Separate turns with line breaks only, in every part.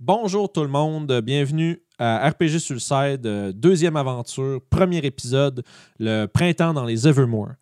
Bonjour tout le monde, bienvenue à RPG Suicide, euh, deuxième aventure, premier épisode, le printemps dans les Evermore.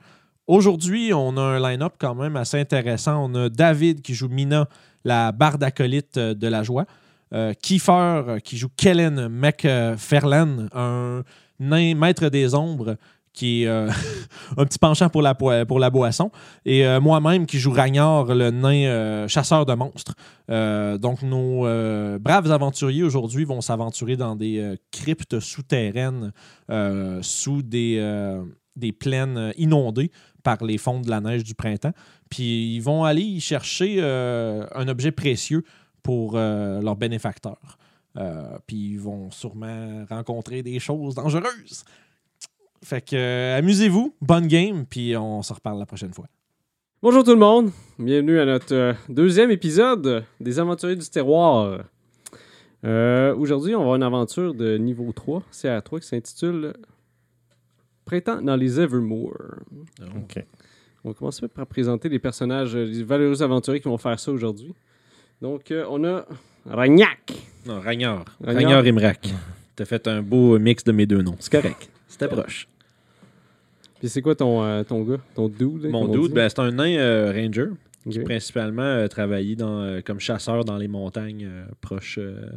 Aujourd'hui, on a un line-up quand même assez intéressant. On a David qui joue Mina, la barde acolyte euh, de la joie. Euh, Kiefer euh, qui joue Kellen McFerlan, un nain maître des ombres qui est euh, un petit penchant pour la, poi- pour la boisson. Et euh, moi-même qui joue Ragnar, le nain euh, chasseur de monstres. Euh, donc, nos euh, braves aventuriers aujourd'hui vont s'aventurer dans des euh, cryptes souterraines euh, sous des, euh, des plaines inondées par les fonds de la neige du printemps. Puis, ils vont aller y chercher euh, un objet précieux pour euh, leur bénéfacteur. Euh, puis, ils vont sûrement rencontrer des choses dangereuses. Fait que, euh, amusez-vous, bonne game, puis on se reparle la prochaine fois.
Bonjour tout le monde, bienvenue à notre euh, deuxième épisode des Aventuriers du Terroir. Euh, Aujourd'hui, on va avoir une aventure de niveau 3, CR3, qui s'intitule Printemps dans les Evermore.
Ok.
On va commencer par présenter les personnages, euh, les valeureux aventuriers qui vont faire ça aujourd'hui. Donc, euh, on a Ragnac.
Non, Ragnar.
Ragnar.
Ragnar Imrak. T'as fait un beau mix de mes deux noms. C'est correct. C'était proche.
Puis c'est quoi ton, euh, ton gars, ton dude? hein,
Mon
comme on
doute,
dit?
ben, c'est un nain euh, ranger,
Ok.
principalement euh, travaillé dans, euh, comme chasseur dans les montagnes euh, proches euh,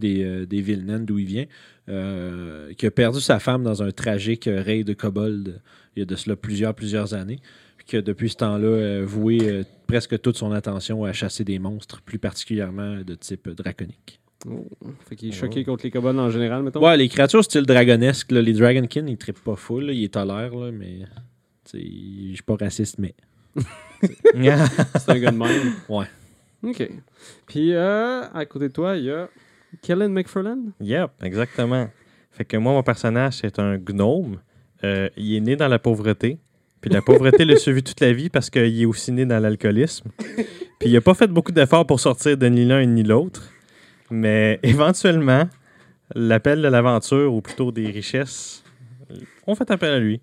des, euh, des villes naines d'où il vient, euh, qui a perdu sa femme dans un tragique euh, raid de kobold il y a de cela plusieurs, plusieurs années, puis que depuis ce temps-là, euh, voué euh, presque toute son attention à chasser des monstres, plus particulièrement de type euh, draconique.
Oh, Fait qu'il est choqué contre les kobolds en général, mettons.
Ouais, les créatures style dragonesque, là, les Dragonkin, ils trippent pas full, là, ils les tolèrent, là, mais tu sais, je suis pas raciste, mais.
C'est un gars de même.
Ouais.
OK. Puis, euh, à côté de toi, il y a Kellen McFarlane.
yep, exactement. Fait que moi, mon personnage, c'est un gnome. Euh, il est né dans la pauvreté. Puis la pauvreté l'a suivi toute la vie parce qu'il est aussi né dans l'alcoolisme. Puis il n'a pas fait beaucoup d'efforts pour sortir de ni l'un ni l'autre. Mais éventuellement, l'appel de l'aventure, ou plutôt des richesses, on fait appel à lui.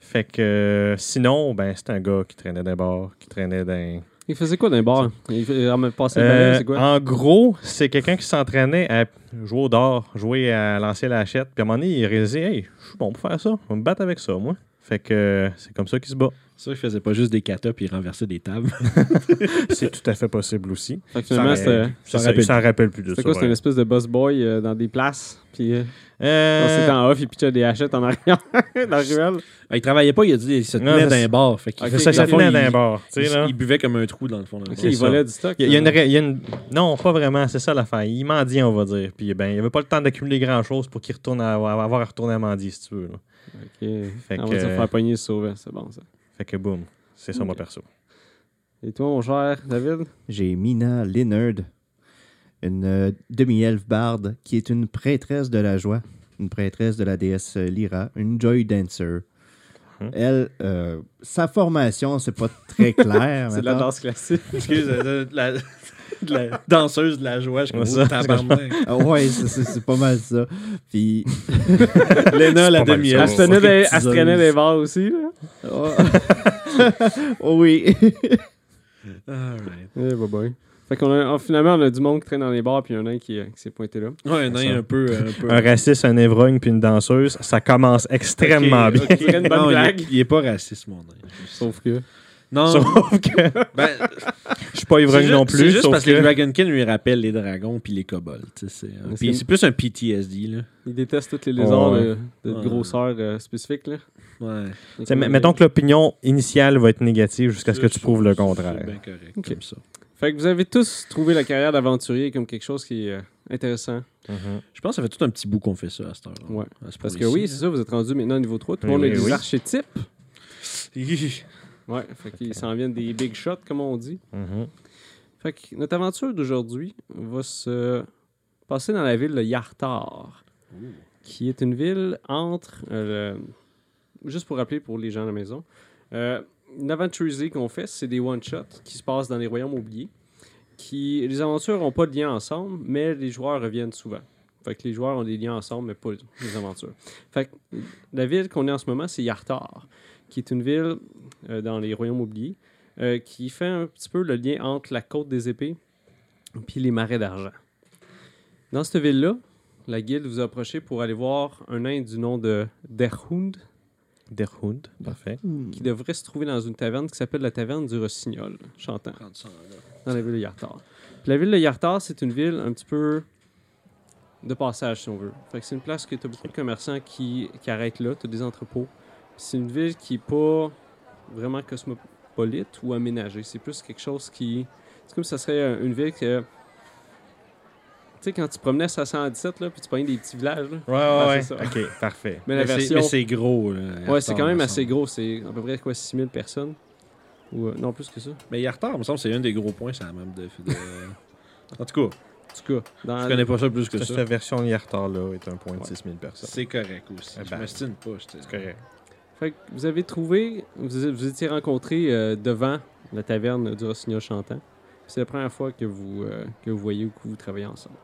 Fait que euh, sinon, ben c'est un gars qui traînait d'un bord, qui traînait d'un.
Il faisait quoi dans les bars? Il fait- en passait le balai,
Euh,
c'est quoi?
en gros, c'est quelqu'un qui s'entraînait à jouer au dard, jouer à lancer la hachette. Puis à un moment donné, il réalisait Hey, je suis bon pour faire ça. Je vais me battre avec ça, moi. Fait que euh, c'est comme ça qu'il se bat.
Ça, ils faisaient pas juste des katas puis ils renversaient des tables.
c'est tout à fait possible aussi.
Fait que finalement,
ça,
c'était
s'en
Ça, ça,
rappelle
il s'en rappelle plus de ça.
c'était quoi? C'était
ouais.
une espèce de boss boy euh, dans des places. Puis, euh,
Euh,
quand c'était en off, il pitchait des hachettes en arrière dans la ruelle.
Ah, ils travaillaient pas, il a dit, ils se
Non,
tenaient
mais c'est- Ah,
d'un bar. Fait qu'ils
Ok,
faisaient-
ça
dans le fond,
s'attenait
ils-
d'un bord. tu sais,
Ils,
là.
ils buvaient comme un trou dans le fond. Dans le
OK,
bar.
c'est
il
ça.
volait du stock.
Il y a- il y a
hein.
une ra- il y a une- Non, pas vraiment. C'est ça l'affaire. Il mendiait, on va dire. Puis ben, il n'y avait pas le temps d'accumuler grand-chose pour qu'il retourne à, avoir à retourner à mendier, si tu veux. là.
OK.
Fait
On
que,
va se
euh,
faire pogner et se sauver. C'est bon, ça.
Fait que boum. C'est ça,
Ok.
mon perso.
Et toi, mon cher David?
J'ai Mina Linnard, une euh, demi-elfe barde qui est une prêtresse de la joie, une prêtresse de la déesse euh, Lyra, une joy dancer.
Mhm.
Elle, euh, sa formation, c'est pas très
Ah, ben
clair.
C'est de la
mettons.
danse classique.
Excuse, euh, de la, de la danseuse de la joie, je
Ouais,
commence
ça,
à tabarnak.
Ah ouais, c'est- c'est c'est pas mal ça. Puis,
Lena, la
pas mal
demi
ça.
Elle se tenait des- elle se
stripteaseuse.
traînait des bars aussi. Là.
oh, Oh oui.
Eh, bye bye. Fait qu'on a, ah, finalement, on a du monde qui traîne dans les bars, puis un nain qui, euh, qui s'est pointé là.
Ouais, un nain un peu. Un peu.
un raciste, un ivrogne puis une danseuse, ça commence extrêmement
Ok,
bien.
ok.
C'était une bonne
Non, il est-
blague.
Il est pas raciste, mon nain.
Sauf que.
Non,
Sauf que
ben,
je suis pas
C'est
ivrogne
ju-
non
C'est
plus.
juste
sauf
parce que,
que
les Dragonkin lui rappellent les dragons puis les kobolds. tu sais, C'est un-
Mais
puis
c'est-
c'est plus un PTSD. Là.
Il déteste tous les lézards
Ouais.
euh, de,
Ouais.
grosseur euh, spécifique. Là.
Ouais.
T'sais, m- mettons que l'opinion initiale va être négative jusqu'à ce que tu prouves le
C'est bien
contraire.
correct
Ok.
comme ça.
Fait que vous avez tous trouvé la carrière d'aventurier comme quelque chose qui est euh, intéressant.
Mhm.
Je pense que ça fait tout un petit bout qu'on fait ça à cette heure-là.
Ouais.
À ce
Parce que
point-ci,
oui,
là.
c'est ça, vous êtes rendu maintenant au niveau 3. Tout le
Oui,
monde a
oui,
des
oui.
archétypes. Ouais, fait qu'ils s'en viennent des big shots, comme on dit.
Mhm.
Fait que notre aventure d'aujourd'hui va se passer dans la ville de Yartar, qui est une ville entre, euh, le- juste pour rappeler pour les gens à la maison, euh, une aventurier qu'on fait, c'est des one-shots qui se passent dans les royaumes oubliés. Qui, les aventures n'ont pas de lien ensemble, mais les joueurs reviennent souvent. Fait que les joueurs ont des liens ensemble, mais pas les aventures. Fait que la ville qu'on est en ce moment, c'est Yartar, qui est une ville euh, dans les royaumes oubliés euh, qui fait un petit peu le lien entre la côte des épées puis les marais d'argent. Dans cette ville-là, la guilde vous a approché pour aller voir un nain du nom de Derhund
Der Hund, parfait.
qui devrait se trouver dans une taverne qui s'appelle la taverne du Rossignol, chantant, dans la ville de Yartar. Puis la ville de Yartar, c'est une ville un petit peu de passage, si on veut. Fait que c'est une place que tu as beaucoup de commerçants qui, qui arrêtent là, tu as des entrepôts. Puis c'est une ville qui n'est pas vraiment cosmopolite ou aménagée. C'est plus quelque chose qui. C'est comme si ça serait euh, une ville que. Tu sais, quand tu promenais à 117, là, puis tu prenais des petits villages, là,
Ouais,
Ah,
ouais, ouais.
c'est ça.
Ok, parfait.
Mais la
c'est-
version-
mais c'est gros. là,
Ouais,
Yartar,
c'est quand même
me
assez
semble.
gros. C'est à peu près quoi, 6000 personnes Ou euh, non, plus que ça.
Mais Yartar, me semble, c'est un des gros points, c'est la même de. de- en tout cas,
En tout cas, dans
je connais pas ça plus que
Cette
ça.
version hier tard là est 1.6 000 personnes.
C'est correct aussi.
Eh
Je
ben.
m'estime pas, je te-
C'est correct.
Fait que vous avez trouvé, vous vous étiez rencontrés euh, devant la taverne du Rossignol Chantant. C'est la première fois que vous, euh, que vous voyez ou que vous travaillez ensemble.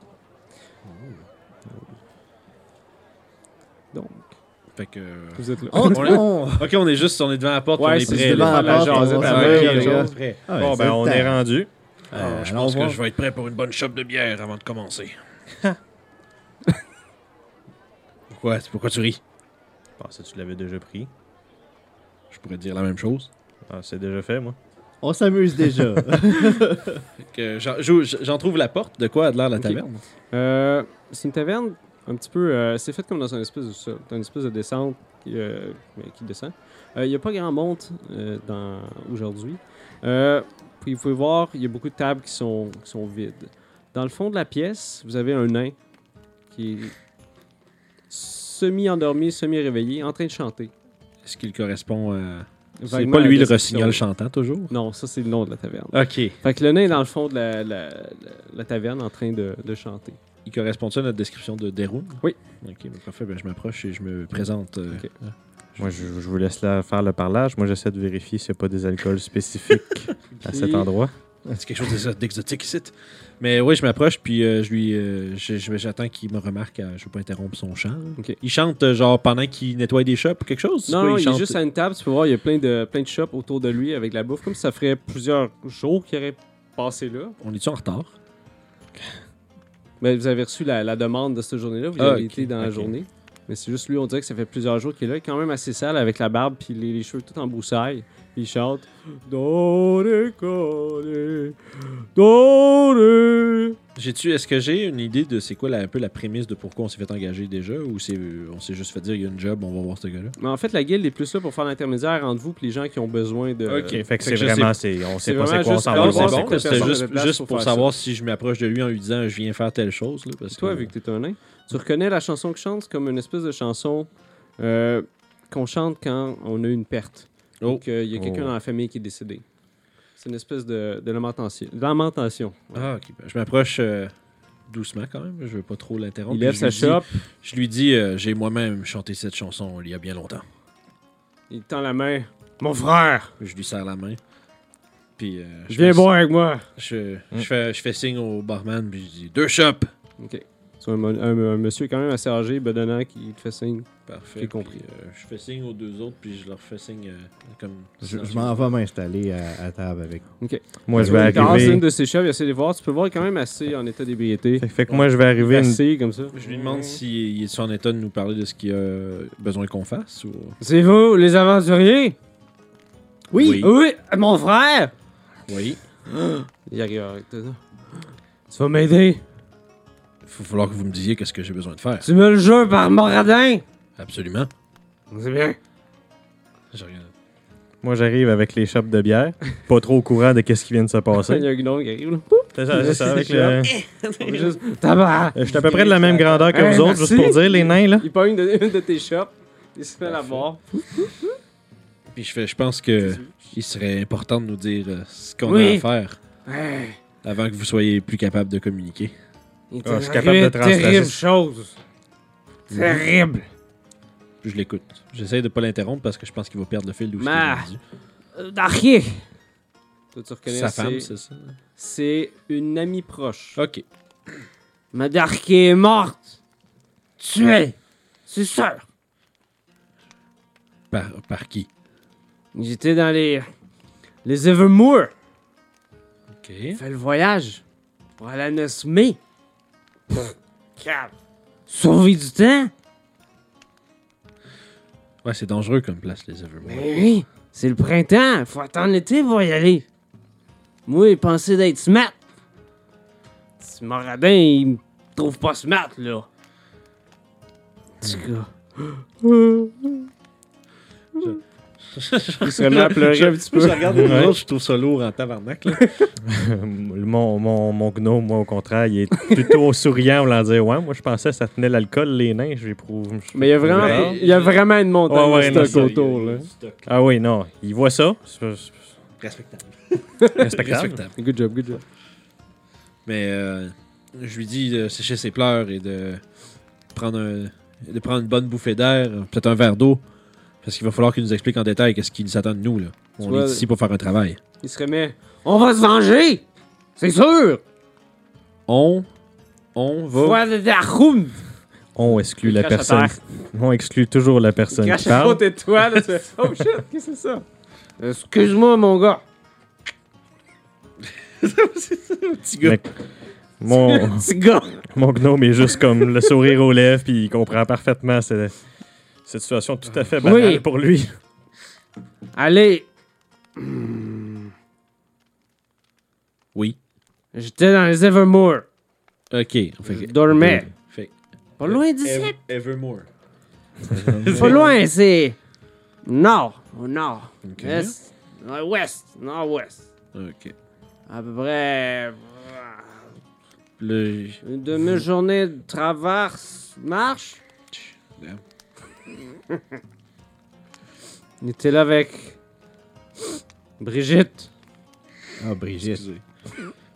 Donc,
Fait que.
vous êtes là.
On,
On l'a-
on-
Ok, on est juste, on est devant la porte,
Ouais,
on est,
c'est
prêt.
devant
là.
la
Ah,
porte,
genre,
on
c'est
va
prêt,
s'arrêter,
ok,
les
genre,
gars.
c'est prêt.
Ah ouais,
Bon,
c'est
ben,
le
on
temps.
est rendu.
Ah,
Euh,
je pense
allons
que je vais être prêt pour une bonne chope de bière avant de commencer. pourquoi, pourquoi tu ris
Je pensais que tu l'avais déjà pris.
Je pourrais dire la même chose.
Ah, c'est déjà fait, moi.
On s'amuse déjà.
Que euh, j'en- j'ou- J'en trouve la porte de quoi a de l'air la
Ok.
taverne.
Euh, c'est une taverne un petit peu. euh, c'est fait comme dans un espèce de sol. Dans une espèce de descente qui, euh, mais qui descend. Euh, Il n'y a pas grand monde euh, dans- aujourd'hui. Euh, puis vous pouvez voir, il y a beaucoup de tables qui sont, qui sont vides. Dans le fond de la pièce, vous avez un nain qui est semi-endormi, semi-réveillé, en train de chanter.
Est-ce qu'il correspond à. C'est
Vaguement
pas
à la
lui le
description.
rossignol chantant toujours
Non, ça c'est le nom de la taverne.
Ok.
Fait que le nain est dans le fond de la, la- la- la taverne en train de, de chanter.
Il correspond à notre description de Deroun
Oui.
Ok, ben, parfait. Ben, je m'approche et je me présente. euh,
Ok.
Moi, je, je vous laisse là faire le parlage. Moi, j'essaie de vérifier s'il n'y a pas des alcools spécifiques à cet
Puis-
endroit.
C'est quelque chose d'exotique ici. Mais oui, je m'approche, puis euh, je lui, euh, je- je- j'attends qu'il me remarque. euh, je veux pas interrompre son chant. là.
Ok.
Il chante euh, genre pendant qu'il nettoie des shops ou quelque chose.
Non,
Pas,
non, il,
chante-
est juste à une table, tu peux voir, il y a plein de, plein de shops autour de lui avec la bouffe, comme si ça ferait plusieurs jours qu'il aurait passé là.
On est-tu en retard?
Mais vous avez reçu la, la demande de cette journée-là, vous
Ah,
avez
ok,
été dans la
ok.
journée. Mais c'est juste lui, on dirait que ça fait plusieurs jours qu'il est là, quand même assez sale avec la barbe puis les, les cheveux tout en broussailles. Puis il chante Dore Kore, Dore.
J'ai-tu, est-ce que j'ai une idée de c'est quoi la- un peu la prémisse de pourquoi on s'est fait engager déjà ou c'est euh, on s'est juste fait dire il y a une job, on va voir ce gars-là?
Mais en fait, la guilde est plus là pour faire l'intermédiaire entre vous et les gens qui ont besoin de.
Ok.
Ok, fait que
Fait
c'est
que je
vraiment, c'est, on
c'est
sait pas c'est
vraiment
quoi, on
juste-
s'en
Ah,
va
ouais,
le voir
c'est
c'est
bon,
quoi.
que
c'était
personne
juste,
avait place
juste
pour
pour
faire ça.
savoir si je m'approche de lui en lui disant je viens faire telle chose. là, parce
Toi,
que-
vu que t'es un nain, tu reconnais la chanson que chante c'est comme une espèce de chanson euh, qu'on chante quand on a une perte.
Oh.
Donc, euh, il y a quelqu'un
Oh.
dans la famille qui est décédé. C'est une espèce de, de lamentation. lamentation.
Ah, ok. Ben, Je m'approche euh, doucement quand même. Je veux pas trop l'interrompre.
Il lève
Je
sa
lui dis-
chope,
Je lui dis euh, j'ai moi-même chanté cette chanson il y a bien longtemps.
il tend la main. Mon frère,
Je lui serre la main. Puis euh, je,
viens
fais,
boire avec moi.
je, je
Mm.
fais, je fais signe au barman, puis je dis deux shops.
Ok. C'est un, mon- un- un monsieur quand même assez âgé, bedonnant, qui te fait signe.
Parfait.
J'ai compris.
Puis, euh, je fais signe aux deux autres, puis je leur fais signe euh, comme.
je je m'en vais m'installer à, à table avec.
Moi, je vais
Il tasse une
arriver.
de ses chefs, il essaie de les voir. Tu peux voir quand même assez en état d'ébriété.
Fait, fait que moi, je vais arriver. une-
Assez, comme ça.
Je lui demande s'il est en état de nous parler de ce qu'il a besoin qu'on fasse. Ou...
C'est vous, les aventuriers?
Oui.
Oui, mon frère!
Oui.
Il arrive avec tout ça. Tu vas m'aider.
Il va falloir que vous me disiez qu'est-ce que j'ai besoin de faire.
Tu me le jeux par Moradin.
Absolument.
C'est bien.
Je regarde.
Moi, j'arrive avec les shops de bière. Pas trop au courant de qu'est-ce qui vient de se
Il y
passer.
a un gnom qui arrive là.
C'est ça, c'est ça, avec le-
Juste, tabac.
Euh, Je suis à peu près de la même grandeur que
Hey,
vous autres,
merci.
juste pour dire, les nains, là.
Il pogne une de, une de tes shops. Il se fait la
Parfait.
mort.
Puis je fais, je pense que il serait important de nous dire euh, ce qu'on a
Oui.
à faire
Hey,
avant que vous soyez plus capable de communiquer.
il
Ah, je suis
t'est
capable
arrivé
de
de terrible
transplacer.
chose. Terrible.
Je l'écoute. J'essaie de pas l'interrompre parce que je pense qu'il va perdre le fil. d'où ce que
Ma-
je lui dis.
Euh, D'arrière. Toi, tu reconnais
Sa femme, c'est
c'est-
ça.
c'est une amie proche.
Ok.
Ma Darkie est morte. Tuée. C'est sûr.
Par, par qui
J'étais dans les. Les Evermore.
Ok.
fait le voyage pour aller à Nosmé. Sauver du temps?
Ouais, c'est dangereux comme place, les Evermore.
Mais Ben oui, c'est le printemps. Faut attendre l'été pour y aller. Moi, penser d'être smart. Ce moradin, il me trouve pas smart, là. En tout cas.
Il se remet à pleurer un petit peu.
Je regarde les
Ouais.
autres, je trouve ça lourd en tabarnak. Là.
mon, mon, mon gnome, moi, au contraire, il est plutôt souriant en leur dire Ouais, moi, je pensais que ça tenait l'alcool, les nains, je l'éprouve.
Mais il y a vraiment,
Ouais.
il y a vraiment une montagne
Ouais, ouais,
de
Ça,
stock
il y a
autour. Là.
du stock.
Ah oui, non. Il voit ça. C'est c'est
Respectable.
respectable.
Respectable.
Good job, good job.
Mais euh, je lui dis de sécher ses pleurs et de prendre, un- de prendre une bonne bouffée d'air, peut-être un verre d'eau. Parce qu'il va falloir qu'il nous explique en détail qu'est-ce qu'il s'attend de nous. Là. On
Ouais.
est ici pour faire un travail.
Il se remet.
On va se venger! C'est sûr!
On, on va.
Foi de Darkoum!
On exclut
Il
la
crache à
personne. On exclut toujours la personne
Crache
qui
à
parle.
côté de toi. Là, tu fais, oh shit, qu'est-ce que c'est ça?
Excuse-moi, mon gars.
petit gars.
Mais- Mon,
Petit gars.
mon gnome est juste comme le sourire aux lèvres, puis il comprend parfaitement cette, cette situation tout à fait banale
Oui.
pour lui.
Allez,
Oui.
j'étais dans les Evermore.
Ok. Fait
Je
que-
dormais.
Fait-
Pas loin d'ici.
Ev- Evermore.
Pas loin, c'est. Nord. Au nord.
Ok.
Est. Nord-ouest. Nord-ouest.
Ok.
À peu près. euh,
Le-
Une demi-journée de traverse. Marche. On était là avec. Brigitte.
Ah, Brigitte.
Excusez.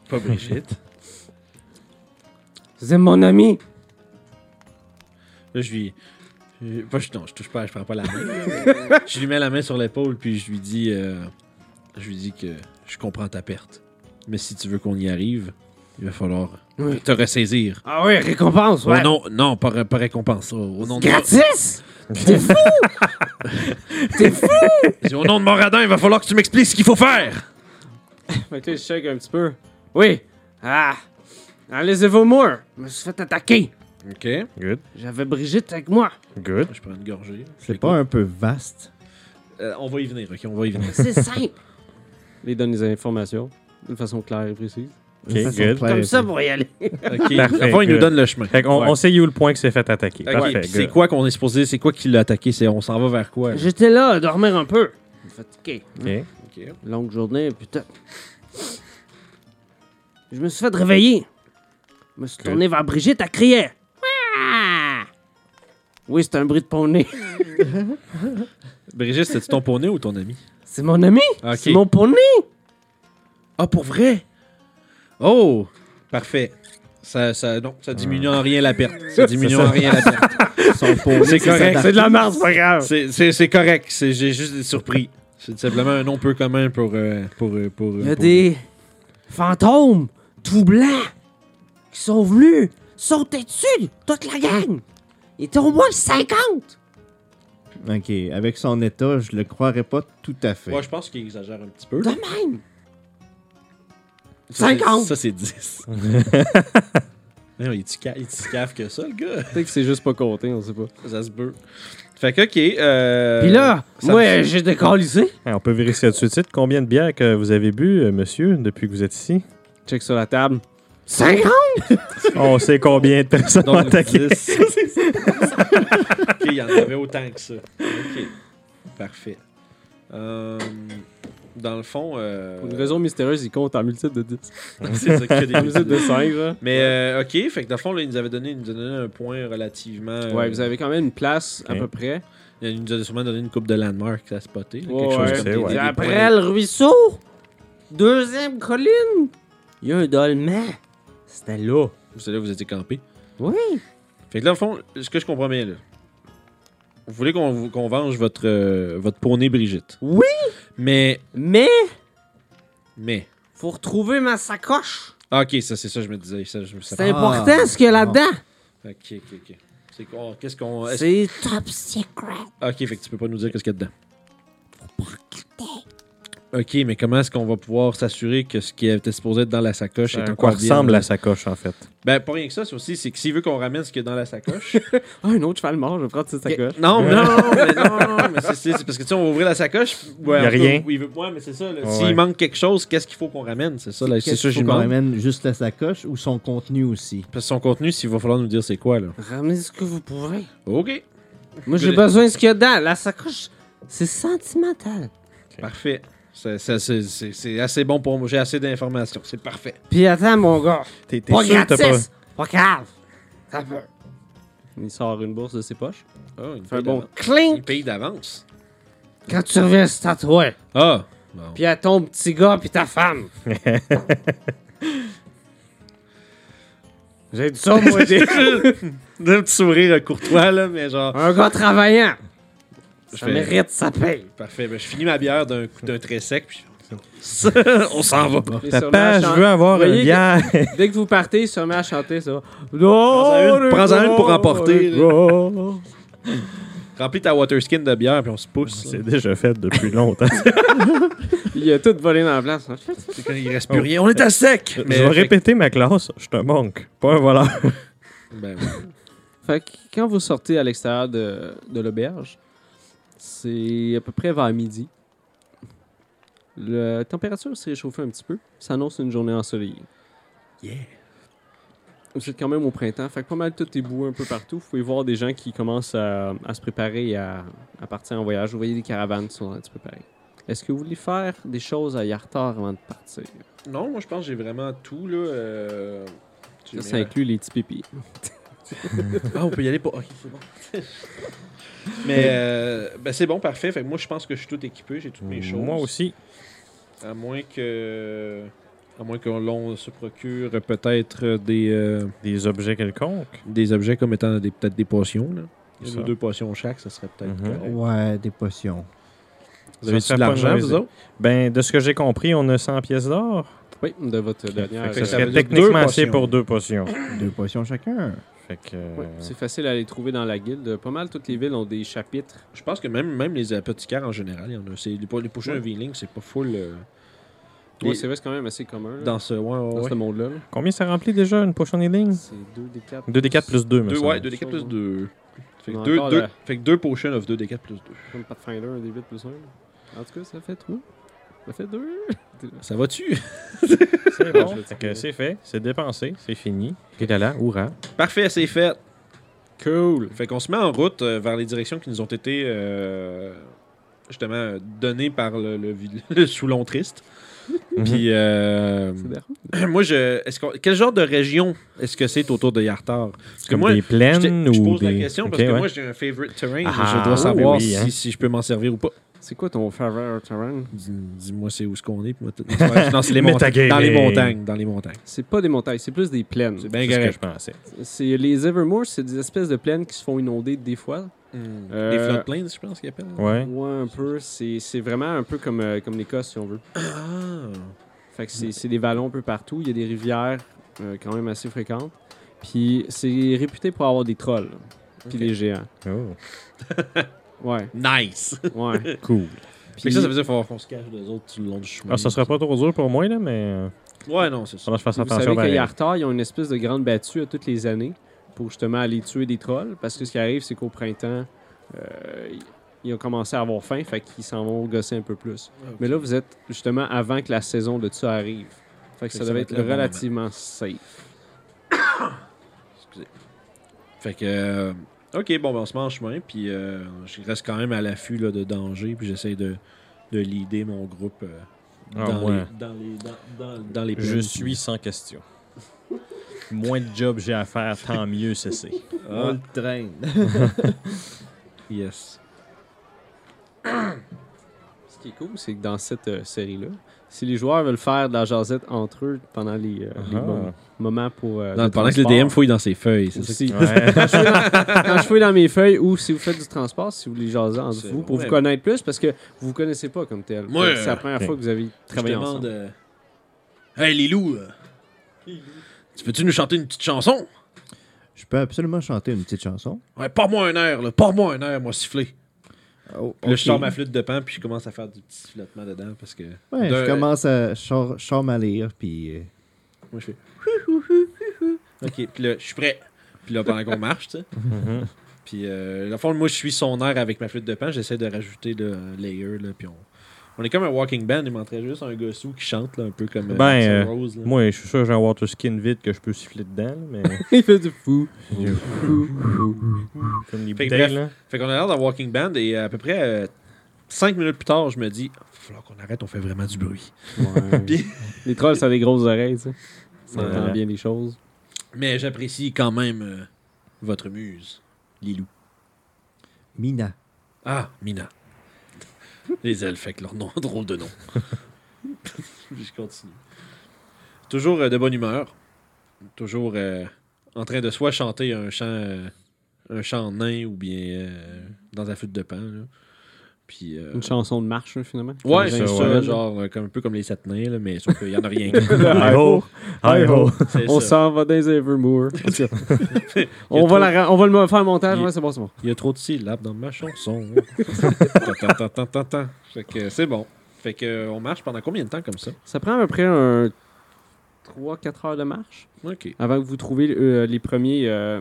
Pas Brigitte.
C'est mon ami.
Là, je lui. je- Pas, je, non, je touche pas, je prends pas la main. je lui mets la main sur l'épaule, puis je lui dis. euh, je lui dis que je comprends ta perte. Mais si tu veux qu'on y arrive, il va falloir
Oui.
te ressaisir.
Ah oui, récompense, ouais.
Au nom, Oh non, pas, ré- pas récompense. Au, au nom de,
Gratis!
Je dis, au nom de Moradin, il va falloir que tu m'expliques ce qu'il faut faire.
Fait que là, il shake un petit peu.
Oui. Ah. Allez, Evermore. Je me suis fait attaquer.
Ok. Je
Good,
J'avais Brigitte avec moi.
good.
prends une gorgée.
C'est pas un peu vaste?
Euh, on va y venir, ok, on va y venir.
C'est simple.
Il donne les informations d'une façon claire et précise.
Ok,
De façon
good.
claire
Comme
et
ça pour y aller.
Ok.
Parfait,
Enfin, il nous
good.
donne le chemin.
Fait qu'on-
Ouais.
on sait où le point que s'est fait attaquer.
Ok,
Parfait,
puis c'est
good.
quoi qu'on est supposé, c'est quoi qui l'a attaqué, c'est on s'en va vers quoi? là?
J'étais là à dormir un peu. Fatigué.
Ok.
Ok.
Longue journée, putain. Je me suis fait réveiller. Je me suis tourné vers Brigitte, elle criait. Ah! Oui, c'est un bruit de poney.
Brigitte, c'était ton poney ou ton ami?
C'est mon ami.
Ok.
C'est mon poney.
Ah, pour vrai? Oh! Ah. Parfait. Ça, ça, non, ça diminue en rien la perte. Ça diminue en rien la perte.
Son poney,
C'est correct.
de la merde, c'est pas grave.
C'est- C'est c'est correct. C'est- J'ai juste des surpris. C'est simplement un nom peu commun pour. euh, pour, euh, pour, euh,
Il y a
pour-
des fantômes tout blancs qui sont venus sauter dessus, toute la gang. Ils étaient au moins 50.
Ok, avec son état, je le croirais pas tout à fait.
Ouais, je pense qu'il exagère un petit peu.
De même.
Ça, c'est-
50.
Ça, c'est 10. Non, il te cave que ça, le gars.
Peut-être que c'est juste pas compté, on sait pas.
Ça se peut. Fait que, ok. euh,
Puis là,
ça
moi, j'ai décalissé.
Ah, on peut vérifier tout de suite combien de bières que vous avez bu, euh, monsieur, depuis que vous êtes ici.
Check sur la table.
50.
On sait combien de personnes ont
Donc,
attaqué.
10. ok, il y en avait autant que ça. Ok. Parfait. Euh, dans le fond. euh,
Pour une raison mystérieuse, il compte en multiple de 10.
c'est ça que
En
des
multiple de 5, là.
Mais euh, ok, fait que dans le fond, là, il nous avait donné, il nous a donné un point relativement. euh,
Ouais, vous avez quand même une place à
Ok.
peu près.
Il nous a sûrement donné une coupe de landmark à spotter. là, quelque
Ouais,
chose
ouais.
comme
C'est,
des-
ouais.
des
Après
points.
le ruisseau, deuxième colline, il y a un dolmen. C'était là.
Vous savez, vous étiez campé.
Oui.
Fait que là, au fond, ce que je comprends bien, là. Vous voulez qu'on vous- qu'on venge votre, euh, votre poney Brigitte.
Oui.
Mais,
Mais,
mais.
faut retrouver ma sacoche.
Ah, ok, ça, c'est ça, je me disais. Ça, je me
C'est Ah.
ça-
important ce qu'il y a là-dedans.
Ok, ok, ok. C'est quoi- Qu'est-ce qu'on. est-ce-
C'est top secret.
Ok, fait que tu peux pas nous dire qu'est-ce qu'il y a dedans. Ok, mais comment est-ce qu'on va pouvoir s'assurer que ce qui était supposé être dans la sacoche est
À
encore
quoi
bien
ressemble la sacoche, en fait.
Ben, pas rien que ça, c'est aussi, c'est que s'il veut qu'on ramène ce qu'il y a dans la sacoche.
Ah, un autre cheval mort, je vais prendre cette sacoche.
Non, non, mais non, mais c'est- c'est c'est parce que tu sais, on va ouvrir la sacoche. Ouais,
Y a
en tout cas,
rien.
Il veut, ouais, mais c'est ça. là.
Ouais.
S'il manque quelque chose, qu'est-ce qu'il faut qu'on ramène C'est ça, là, c'est
Qu'est-ce
ça,
qu'il
j'y
faut qu'on
demande.
ramène juste la sacoche ou son contenu aussi?
Parce que son contenu, s'il va falloir nous dire c'est quoi, là.
Ramenez ce que vous pourrez.
OK,
Moi, j'ai
Je-
besoin de ce qu'il y a dedans. La sacoche, c'est sentimental.
parfait. C'est- c'est- C'est c'est- c'est assez bon pour moi. J'ai assez d'informations. C'est parfait.
Puis attends, mon gars.
T'es t'es
Pas
sûr que t'as pas.
gratis. Pas grave. Ça peut.
Il sort une bourse de ses poches.
Oh, il
Fait un
paye
bon
d'avance.
Clink.
Il paye d'avance.
Quand tu reviens, c'est à toi.
Ah, bon.
Puis à ton petit gars, puis ta femme. j'ai dit ça, moi.
J'ai un petit sourire courtois, là, mais genre.
Un gars travaillant.
Je
Ça
fais-
mérite sa paye.
Parfait. Ben, je finis ma bière d'un coup d'un trait sec, puis on s'en va.
Et sur
Papa,
la chan-
je veux avoir
Voyez
une
que-
bière.
Dès que vous partez, il se met à chanter, ça va.
Prends-en une- prends-en une pour emporter,
emporter.
Remplis ta water skin de bière, puis on se pousse. là.
C'est déjà fait depuis longtemps.
Il a tout volé dans la place. hein.
C'est quand il reste plus rien. On est à sec!
je vais répéter ma classe. Je suis un monk, pas un voleur.
Ben,
Fait que quand vous sortez à l'extérieur de, de l'auberge, c'est à peu près vers midi. La température s'est réchauffée un petit peu. Ça annonce une journée ensoleillée.
Yeah.
Vous êtes quand même au printemps. Fait que pas mal tout est boueux un peu partout. Vous pouvez voir des gens qui commencent à, à se préparer et à, à partir en voyage. Vous voyez des caravanes qui sont un petit peu pareilles. Est-ce que vous voulez faire des choses à Yartar avant de partir?
Non, moi je pense que j'ai vraiment tout là. euh, j'ai
Ça, ça
mes-
inclut les petits pépis.
Ah, on peut y aller pas. Ok, c'est bon. Mais euh, ben, c'est bon, parfait. Fait que moi je pense que je suis tout équipé, j'ai toutes mes choses.
Moi aussi.
À moins que. À moins que l'on se procure peut-être des, euh,
Des objets quelconques.
des objets comme étant des- peut-être des potions. Là.
C'est
Une ou
ça.
deux potions chaque, ça serait peut-être.
Mhm.
correct.
Ouais, des potions.
Vous avez
Ça serait
de
pas
l'argent,
mauvais.
vous autres
Ben, de ce que j'ai compris, on a 100 pièces d'or.
Oui, de votre dernière...
Fait que
ça
ça
veut
serait
dire deux
techniquement assez
potions.
pour deux potions.
Deux potions chacun.
Fait que. euh,
Ouais, c'est facile à les trouver dans la guilde. Pas mal toutes les villes ont des chapitres.
Je pense que même, même les apothicaires en général, il y en a. C'est, les, po- les potions
Ouais.
à V-Link, c'est pas full euh,
Ouais,
Les-
c'est vrai, c'est quand même assez commun. là,
dans ce. Ouais, ouais,
dans
ouais.
ce monde-là. là.
Combien ça remplit déjà une potion healing
C'est 2 des 4.
2d4 plus 2, me
Deux,
semble.
ouais, 2 d 4 plus 2. Fait que
On a
2
encore la-
potions of 2 d 4 plus 2.
Comme Pathfinder, un des 8 plus 1. En tout cas, ça fait 3. Ça fait 2.
Ça va-tu?
C'est
Je
bon.
veux
Fait
dire.
que c'est fait, c'est dépensé, c'est fini. Et là là, hurrah.
Parfait, c'est fait.
Cool.
Fait qu'on se met en route euh, vers les directions qui nous ont été euh, justement euh, données par le, le, vi- le Soulon Triste. Puis, euh,
C'est bien.
moi, je. Est-ce qu'on, quel genre de région est-ce que c'est autour de Yartar? Parce que
Comme
moi,
des
je,
plaines
te- je
ou
pose
des...
la question parce
Ok,
que
ouais.
moi, j'ai un favorite terrain.
Ah,
je dois
oui,
savoir
oui, hein.
si, si je peux m'en servir ou pas.
C'est quoi ton favorite terrain
Dis- Dis-moi c'est où ce qu'on est. puis moi, t- non, c'est les montagnes.
Metagaming.
Dans les montagnes. Dans les montagnes.
C'est pas des montagnes, c'est plus des plaines.
C'est bien
C'est ce que
correct.
je pensais.
C'est les Evermore, c'est des espèces de plaines qui se font inonder des fois.
Hmm.
Euh,
Des floodplains, je pense qu'ils appellent.
Ouais.
Ouais, un peu. C'est c'est vraiment un peu comme, euh, comme l'Écosse, si on veut.
Ah.
Fait que c'est c'est des vallons un peu partout. Il y a des rivières euh, quand même assez fréquentes. Puis c'est réputé pour avoir des trolls.
Ok.
Puis des géants.
Oh.
Ouais,
Nice!
ouais.
Cool.
Puis ça, ça veut dire qu'il faut qu'on se cache des autres tout le long du chemin.
Ah, ça sera pas trop dur pour moi, là, mais euh,
Ouais, non, c'est ça.
faudra que je fasse
Vous
attention.
savez qu'à
pareil.
Yartar, ils ont une espèce de grande battue à toutes les années pour justement aller tuer des trolls. Parce que ce qui arrive, c'est qu'au printemps, euh, ils ont commencé à avoir faim. Fait qu'ils s'en vont gosser un peu plus.
Ah.
Mais là, vous êtes justement avant que la saison de ça arrive. Fait que
Fait
ça
que ça va
devait
être
être
le bon
relativement safe.
Fait que. euh, Ok, bon, ben, on se met en chemin, puis euh, je reste quand même à l'affût là, de danger, puis j'essaie de, de leader mon groupe euh,
Ah,
dans,
ouais.
les, dans les. Dans, dans- dans les
Je
plaines.
suis sans question. Moins de job j'ai à faire, tant mieux cesser.
Ah,
On le traîne.
yes.
Ce qui est cool, c'est que dans cette euh, série-là, si les joueurs veulent faire de la jasette entre eux pendant les, euh, les
Ah,
bons moments pour. euh,
Non,
le
pendant que le
transport,
DM fouille dans ses feuilles, c'est ça.
aussi.
Ouais.
quand je fouille dans mes feuilles ou si vous faites du transport, si vous voulez jaser entre
C'est
vous pour
vrai.
vous connaître plus parce que vous vous connaissez pas comme tel. Euh,
Ouais.
c'est la première
Ok.
fois que vous avez
Je te
travaillé
demande,
ensemble.
euh, Hey, les loups! là. Tu peux-tu nous chanter une petite chanson?
Je peux absolument chanter une petite chanson.
Ouais, pas moi un air, là. Pas moi un air, moi, sifflé.
Oh,
Puis Là, je sors ma flûte de pan, puis je commence à faire du petit flottement dedans, parce que.
Ouais,
de-
je commence à... Je sors- je sors ma lire, puis... euh,
Moi, je fais. OK, puis là, je suis prêt. Puis là, pendant qu'on marche, tu sais.
Mhm.
Puis, euh, dans le fond, moi, je suis son air avec ma flûte de pan. J'essaie de rajouter le layer, là, puis on... On est comme un walking band. Il m'entrait juste un gossou qui chante, là, un peu comme euh,
Ben,
Axl
euh,
Rose. là.
Moi, je suis sûr que j'ai un water skin vide que je peux siffler dedans, là, mais
Il fait du fou.
comme les
Fait que
bouteilles,
bref.
là.
Fait qu'on a l'air d'un walking band et à peu près euh, cinq minutes plus tard, je me dis, il va falloir qu'on arrête, on fait vraiment du bruit. Puis-
Les trolls, ça a des grosses oreilles, tu sais. Ça
Ouais.
entend bien des choses.
Mais j'apprécie quand même euh, votre muse, Lilou.
Mina.
Ah, Mina. Les elfes avec leur nom, drôle de nom. Puis je continue. Toujours euh, de bonne humeur. Toujours euh, en train de soit chanter un chant, euh, un chant nain ou bien euh, dans la flûte de pan. là. Puis. euh,
Une chanson de marche, hein, finalement.
Ouais,
Comme
c'est
ça,
ça,
ouais.
genre euh, comme, un peu comme les Satenins, là, mais sauf qu'il n'y en a rien.
Hi-ho! Hi-ho!
C'est
On
ça.
s'en va dans les Evermore. En tout cas,
Il y
on,
a
va
trop-
la ra- on va le mo- faire un montage.
Il-
Ouais, c'est bon, c'est bon.
Il y a trop de syllabes dans ma chanson. Tant, tant, tant, tant, tant. Fait que c'est bon. Fait que euh, on marche pendant combien de temps comme ça?
Ça prend à peu près un 3-4 heures de marche
OK.
avant que vous trouviez euh, les premiers. euh,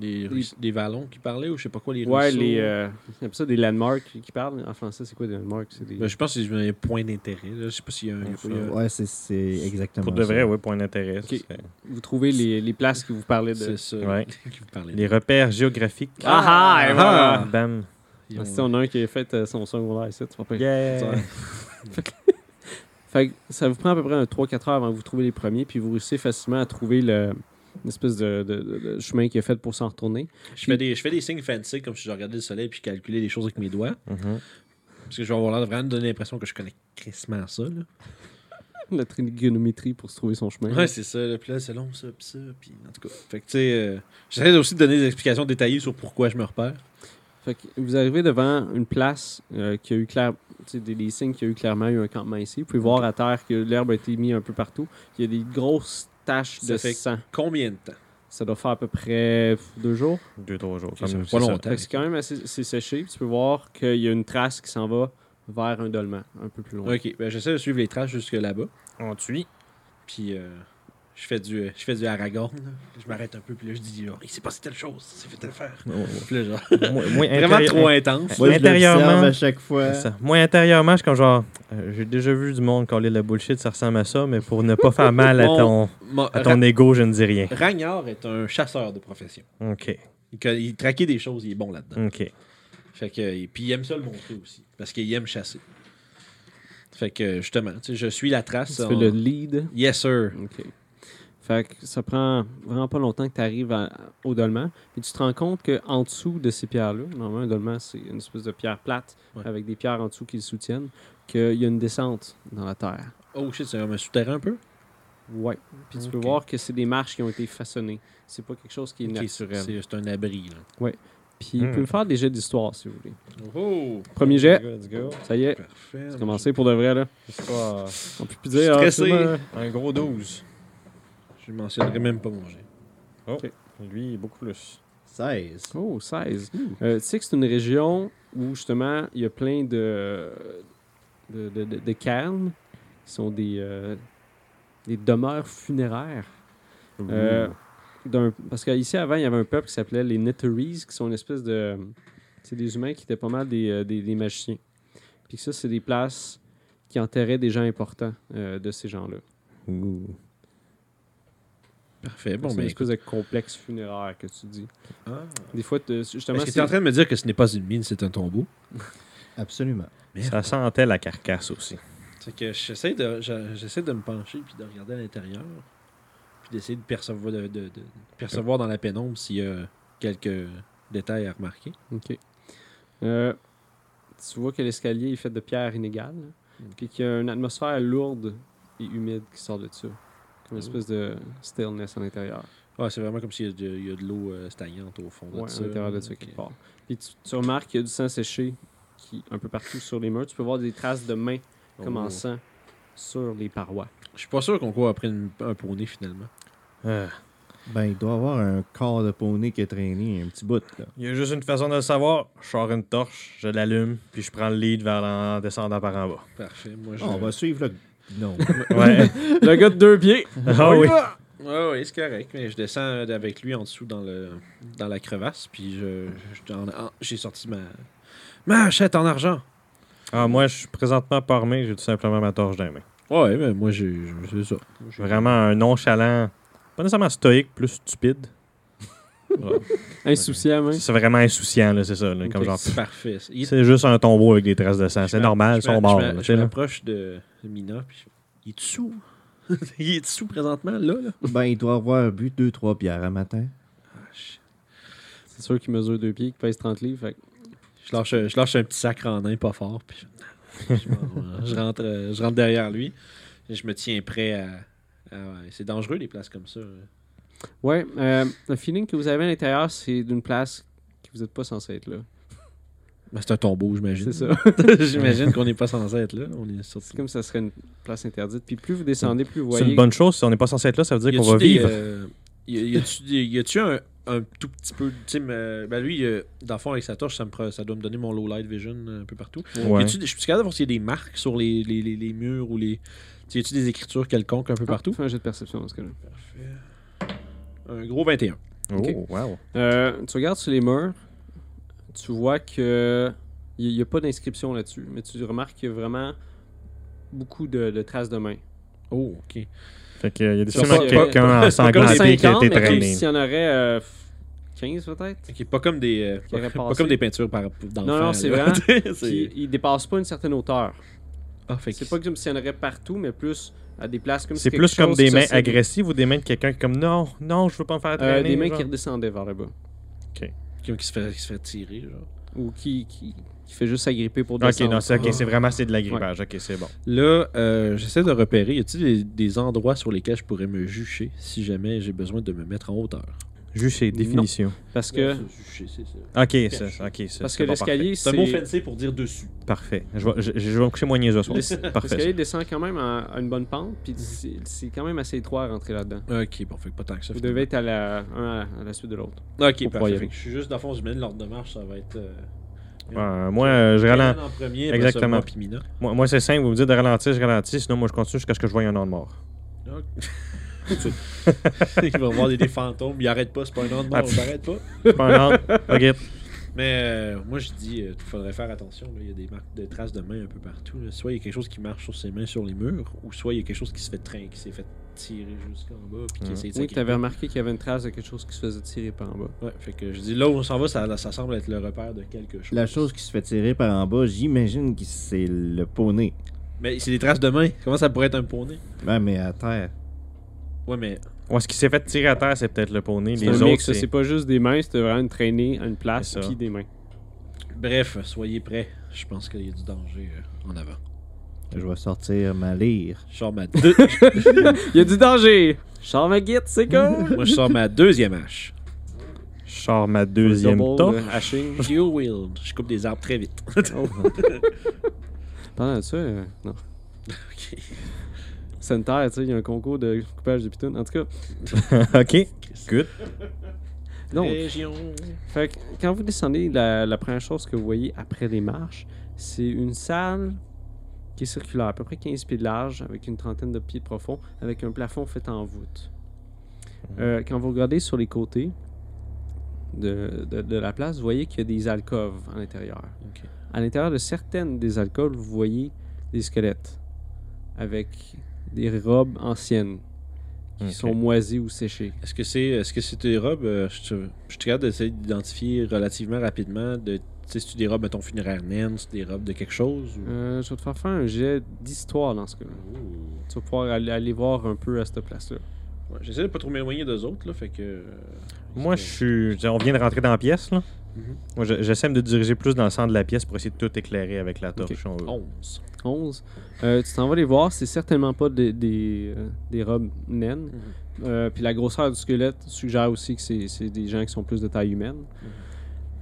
Les, ruisse- les vallons qui parlaient ou je sais pas quoi, les
ouais,
ruisseaux.
les. Euh, ils appellent ça des landmarks qui parlent. En français, c'est quoi des landmarks C'est des.
Ben, je pense que c'est un point d'intérêt. là. Je sais pas s'il y a un. euh, il y a-
Ouais, c'est- c'est exactement
Pour de
ça.
vrai, oui, point d'intérêt. ça
Ok.
serait-
Vous trouvez les, les places qui vous parlaient de.
C'est ça.
Ouais.
qui vous parlait.
Les repères géographiques.
Ah ah, et voilà.
Ah, Bam!
Ils ont- euh,
Ah, si on a un qui a fait euh, son secondaire ici, tu vas pas-
Yeah!
Ouais.
Fait que ça vous prend à peu près un 3-4 heures avant que vous trouviez les premiers, puis vous réussissez facilement à trouver le l'espèce de, de- de- de chemin qui est fait pour s'en retourner.
Je fais, des, je fais des signes fancy comme si je regardais le soleil puis je calculais des choses avec mes doigts.
Mhm.
Parce que je vais avoir l'air de vraiment donner l'impression que je connais crissement ça. Là.
La trigonométrie pour se trouver son chemin.
Ouais, c'est ça. Là, puis là, c'est long, ça, puis ça. Puis en tout cas. Fait que, tu sais, euh, j'essaie aussi de donner des explications détaillées sur pourquoi je me repère.
Fait que vous arrivez devant une place euh, qui a eu clair, tu sais, des, des signes qui a eu clairement eu un campement ici. Vous pouvez voir à terre que l'herbe a été mise un peu partout. Il y a des grosses taches
Ça
de
fait-
sang.
Combien de temps?
Ça doit faire à peu près deux jours.
Deux, trois jours.
Ça
comme-
fait pas
c'est
longtemps.
Fait que c'est quand même assez c'est séché. Puis Tu peux voir qu'il y a une trace qui s'en va vers un dolmen, un peu plus loin.
Ok, ben, j'essaie de suivre les traces jusque là-bas.
On tue.
Puis euh, je fais du je fais du Aragorn. là. Je m'arrête un peu, puis là, je dis genre, il s'est passé telle chose, c'est fait telle affaire. Puis là, genre, vraiment trop intense.
Moi, je
Intérieurement,
l'observe à chaque fois.
C'est ça. Moi, intérieurement, je suis comme genre, euh, j'ai déjà vu du monde coller de la bullshit, ça ressemble à ça, mais pour ne pas faire mal à ton,
Mon-
à ton ego, je ne dis rien.
Ra- Ragnar est un chasseur de profession.
OK.
Il, co- il traquait des choses, il est bon
Mm.
là-dedans.
OK.
Fait que, et puis il aime ça le montrer aussi, parce qu'il aime chasser. Fait que justement, tu sais, je suis la
Tu
trace.
fais
en-
le lead.
Yes, sir.
OK. Fait que ça prend vraiment pas longtemps que tu arrives à- au dolmen. Puis tu te rends compte qu'en dessous de ces pierres-là, normalement, un dolmen, c'est une espèce de pierre plate
Ouais.
avec des pierres en dessous qui le soutiennent, qu'il y a une descente dans la terre.
Oh shit, c'est comme un souterrain un peu?
Ouais. Puis tu peux
Ok.
voir que c'est des marches qui ont été façonnées. C'est pas quelque chose qui est
Ok,
naturel.
C'est c'est un abri. Là.
Puis vous
Hmm.
pouvez me faire des jets d'histoire, si vous voulez.
Oh!
Premier jet.
Let's go.
Ça y est,
Parfait.
c'est commencé pour de vrai, là. On peut
Je
plus
suis
dire... ah,
stressé.
c'est bon.
Un gros 12.
Je mentionnerai même pas manger.
Lui, beaucoup plus.
16.
Oh, 16. Euh, tu sais que c'est une région où justement il y a plein de, de, de- de- de cairns qui sont des, euh, des demeures funéraires.
Mmh.
Euh, d'un- parce qu'ici avant, il y avait un peuple qui s'appelait les Netteries, qui sont une espèce de. C'est des humains qui étaient pas mal des, euh, des- des magiciens. Puis ça, c'est des places qui enterraient des gens importants euh, de ces gens-là.
Parfait. Bon, ben,
c'est
mais
une espèce de complexe funéraire que tu dis.
Ah.
Des fois, tu- justement,
Est-ce que tu
c'est-
es en train de me dire que ce n'est pas une mine, c'est un tombeau?
Absolument.
Ça sentait la carcasse aussi.
C'est que j'essaie de, je- j'essaie de me pencher puis de regarder à l'intérieur, puis d'essayer de percevoir, de, de- de percevoir dans la pénombre s'il y a quelques détails à remarquer.
OK. Euh, tu vois que l'escalier est fait de pierres inégales, là, puis qu'il y a une atmosphère lourde et humide qui sort de ça. Comme une espèce de stillness à l'intérieur.
Ah, c'est vraiment comme s'il y a de, il y a de l'eau euh, stagnante au fond de
Ouais,
ça.
à l'intérieur de
là.
ça
Ok.
quelque part. Puis tu, tu remarques qu'il y a du sang séché qui, un peu partout sur les murs. Tu peux voir des traces de mains
Oh.
comme en sang sur les parois.
Je suis pas sûr qu'on court après une- un poney finalement.
Ah.
Ben, il doit avoir un corps de poney qui a traîné un petit bout, là.
Il y a juste une façon de le savoir. Je sors une torche, je l'allume, puis je prends le lead vers en descendant par en bas.
bah,
Parfait. Moi, je.
Ah, on va suivre, là. Non.
Ouais.
Le gars de deux pieds!
ah oui.
Ouais, ouais, c'est correct. Mais je descends avec lui en dessous dans, le, dans la crevasse. Puis je- je- en- en- j'ai sorti ma, ma hachette en argent.
Ah, moi, je suis présentement pas armé, j'ai tout simplement ma torche dans la main.
Ouais, mais moi, j'ai c'est ça.
J'ai Vraiment un nonchalant, pas nécessairement stoïque, plus stupide. Ouais.
Insouciant, même.
C'est vraiment insouciant, là, c'est ça. là, comme
Ok,
genre,
C'est parfait. ça. Il-
c'est juste un tombeau avec des traces de sang. C'est
je
normal, ils
m'a-
sont
je
morts.
m'a-
là, tu
Je
sais, là.
m'approche de Mina. Puis je- il est dessous. il est dessous présentement, là. là.
Ben, il doit avoir bu 2-3 bières un matin.
Ah,
C'est sûr qu'il mesure deux pieds, qu'il pèse 30 livres. Fait que
Je lâche, je lâche un petit sacre en nain pas fort, puis je, je m'en- je rentre, euh, je rentre derrière lui. et Je me tiens prêt à. à- ouais, C'est dangereux les places comme ça. hein.
Ouais, euh, le feeling que vous avez à l'intérieur, c'est d'une place que vous n'êtes pas censé être là.
Ben, c'est un tombeau, j'imagine.
C'est ça.
j'imagine qu'on n'est pas censé être là. On est sorti.
C'est comme ça serait une place interdite. Puis plus vous descendez, plus vous
C'est
voyez.
une bonne chose. Si on n'est pas censé être là, ça veut dire qu'on va vivre.
euh, y a-tu des- y a-tu un, un tout petit peu. tu sais, me- ben lui, euh, dans le fond, avec sa torche, ça, me pre- ça doit me donner mon low light vision euh, un peu partout.
euh,
Ouais.
Y a-tu des- je suis capable de voir s'il y a des marques sur les, les- les- les murs ou les. tu sais, Y a-tu des écritures quelconques un peu partout
Ah, Fais un jet de perception dans ce cas-là.
Un gros 21.
Oh,
Ok.
wow.
Euh, tu regardes sur les murs, tu vois que il n'y a, pas d'inscription là-dessus, mais tu remarques qu'il y a vraiment beaucoup de, de traces de mains.
Oh, ok.
Fait qu'il y a
Sûrement
sûrement
que-
quelqu'un
pas- pas
ensanglanté qui a été
mais comme
traîné.
s'il y en aurait euh, 15 peut-être.
Ok, pas comme des, euh,
Qui
pas,
aurait
pas
passé.
comme des peintures par, d'enfants.
Non, non, c'est
là.
vraiment-
C'est-
Puis ils dépassent pas une certaine hauteur.
Ah, fait que-
C'est pas comme s'il y en aurait partout, mais plus à des places comme si
C'est
quelque
plus comme
chose
des
se
mains
serrait.
agressives ou des mains de quelqu'un qui est comme non, non, je veux pas me faire
Euh,
traîner.
des mains
genre.
qui redescendaient vers le bas.
qui, qui se fait, qui se fait tirer, genre.
Ou qui, qui, qui fait juste s'agripper pour
Ok,
descendre.
non, c'est ok,
Ah.
c'est vraiment c'est de l'agrippage. Ok, c'est bon.
Là, euh, j'essaie de repérer. Y a-t-il des, des endroits sur lesquels je pourrais me jucher si jamais j'ai besoin de me mettre en hauteur
Juste les définitions.
Parce que,
Jucher, c'est ça.
Ok, c'est ok, c'est-
parce
c'est
que
pas
l'escalier,
C'est
c'est...
un mot fancy pour dire dessus.
Parfait. parfait. Je vais, je, je vais me coucher moins niaiseux ce soir. Parfait.
L'escalier descend quand même à, à une bonne pente, puis c'est c'est quand même assez étroit à rentrer là-dedans.
Ok, bon, fait que pas tant que ça.
Vous devez être à la, un à- à la suite de l'autre.
finalement. Ok,
pour pouvoir
parfait.
y
Fait
aller.
que je suis juste, dans le fond, je mène l'ordre de marche, ça va être. euh,
ça. Ouais, moi, euh, je ralent-
Hélène en premier, après ça,
Exactement.
moi, puis Mina.
moi, moi, c'est simple. Vous me dites de ralentir, je ralentis. Sinon, moi, je continue jusqu'à ce que je voie un homme mort.
Ok. Il va voir des, des fantômes, il arrête pas, c'est pas un an de
Ah,
mort,
pff.
j'arrête pas.
C'est pas un homme. Ok.
Mais euh, moi, je dis, il faudrait faire attention. là. Il y a des, marques, des traces de mains un peu partout. là. Soit il y a quelque chose qui marche sur ses mains sur les murs, ou soit il y a quelque chose qui se fait train, qui s'est fait tirer jusqu'en bas, puis qui
Ouais.
essaie de
Oui, tu avais
s'agripper.
remarqué qu'il y avait une trace de quelque chose qui se faisait tirer par en bas.
Ouais, fait que je dis, là où on s'en va, ça, ça semble être le repère de quelque chose.
La chose qui se fait tirer par en bas, j'imagine que c'est le poney.
Mais c'est des traces de mains. Comment ça pourrait être un poney
Ouais, mais à terre.
Ouais, mais
Ouais, ce qui s'est fait tirer à terre, c'est peut-être le poney.
C'est
Les
un
autres,
mix, ça,
c'est-
c'est pas juste des mains, c'était vraiment une traînée à une place,
C'est ça.
puis des mains.
bref, soyez prêts. Je pense qu'il y a du danger euh, en avant.
Je vais sortir ma lyre.
Je sors ma deux-
Il y a du danger! Je sors ma guide, c'est cool!
Moi, je sors ma deuxième hache.
Je sors ma deuxième torche.
haching.
Dual wield. Je coupe des arbres très vite.
Pendant ça, euh, non.
Ok.
Center, tu sais, il y a un concours de coupage de pitounes. En tout cas,
ok. Good.
donc,
Région.
Fait que quand vous descendez, la, la première chose que vous voyez après les marches, c'est une salle qui est circulaire, à peu près 15 pieds de large, avec une trentaine de pieds de profond, avec un plafond fait en voûte. Euh, quand vous regardez sur les côtés de, de- de la place, vous voyez qu'il y a des alcôves à l'intérieur.
Ok.
À l'intérieur de certaines des alcôves, vous voyez des squelettes avec des robes anciennes qui
Ok.
sont moisies ou séchées.
Est-ce que c'est est-ce que c'est des robes euh, je te- je te regarde d'essayer d'identifier relativement rapidement de tu sais c'est des robes mettons funéraires naines, c'est des robes de quelque chose ou...
Euh, je vais te faire faire un jet d'histoire dans ce cas-là.
Mmh.
Tu vas pouvoir aller, aller voir un peu à cette place-là.
Ouais, j'essaie de pas trop m'éloigner d'eux autres là, fait que euh,
Moi, je suis. je veux dire, On vient de rentrer dans la pièce, là.
Mhm.
Moi, je- j'essaie de me diriger plus dans le centre de la pièce pour essayer de tout éclairer avec la torche. on veut.
11.
11. Euh, tu t'en vas les voir, c'est certainement pas des, des, euh, des robes naines. Euh, Puis la grosseur du squelette suggère aussi que c'est c'est des gens qui sont plus de taille humaine.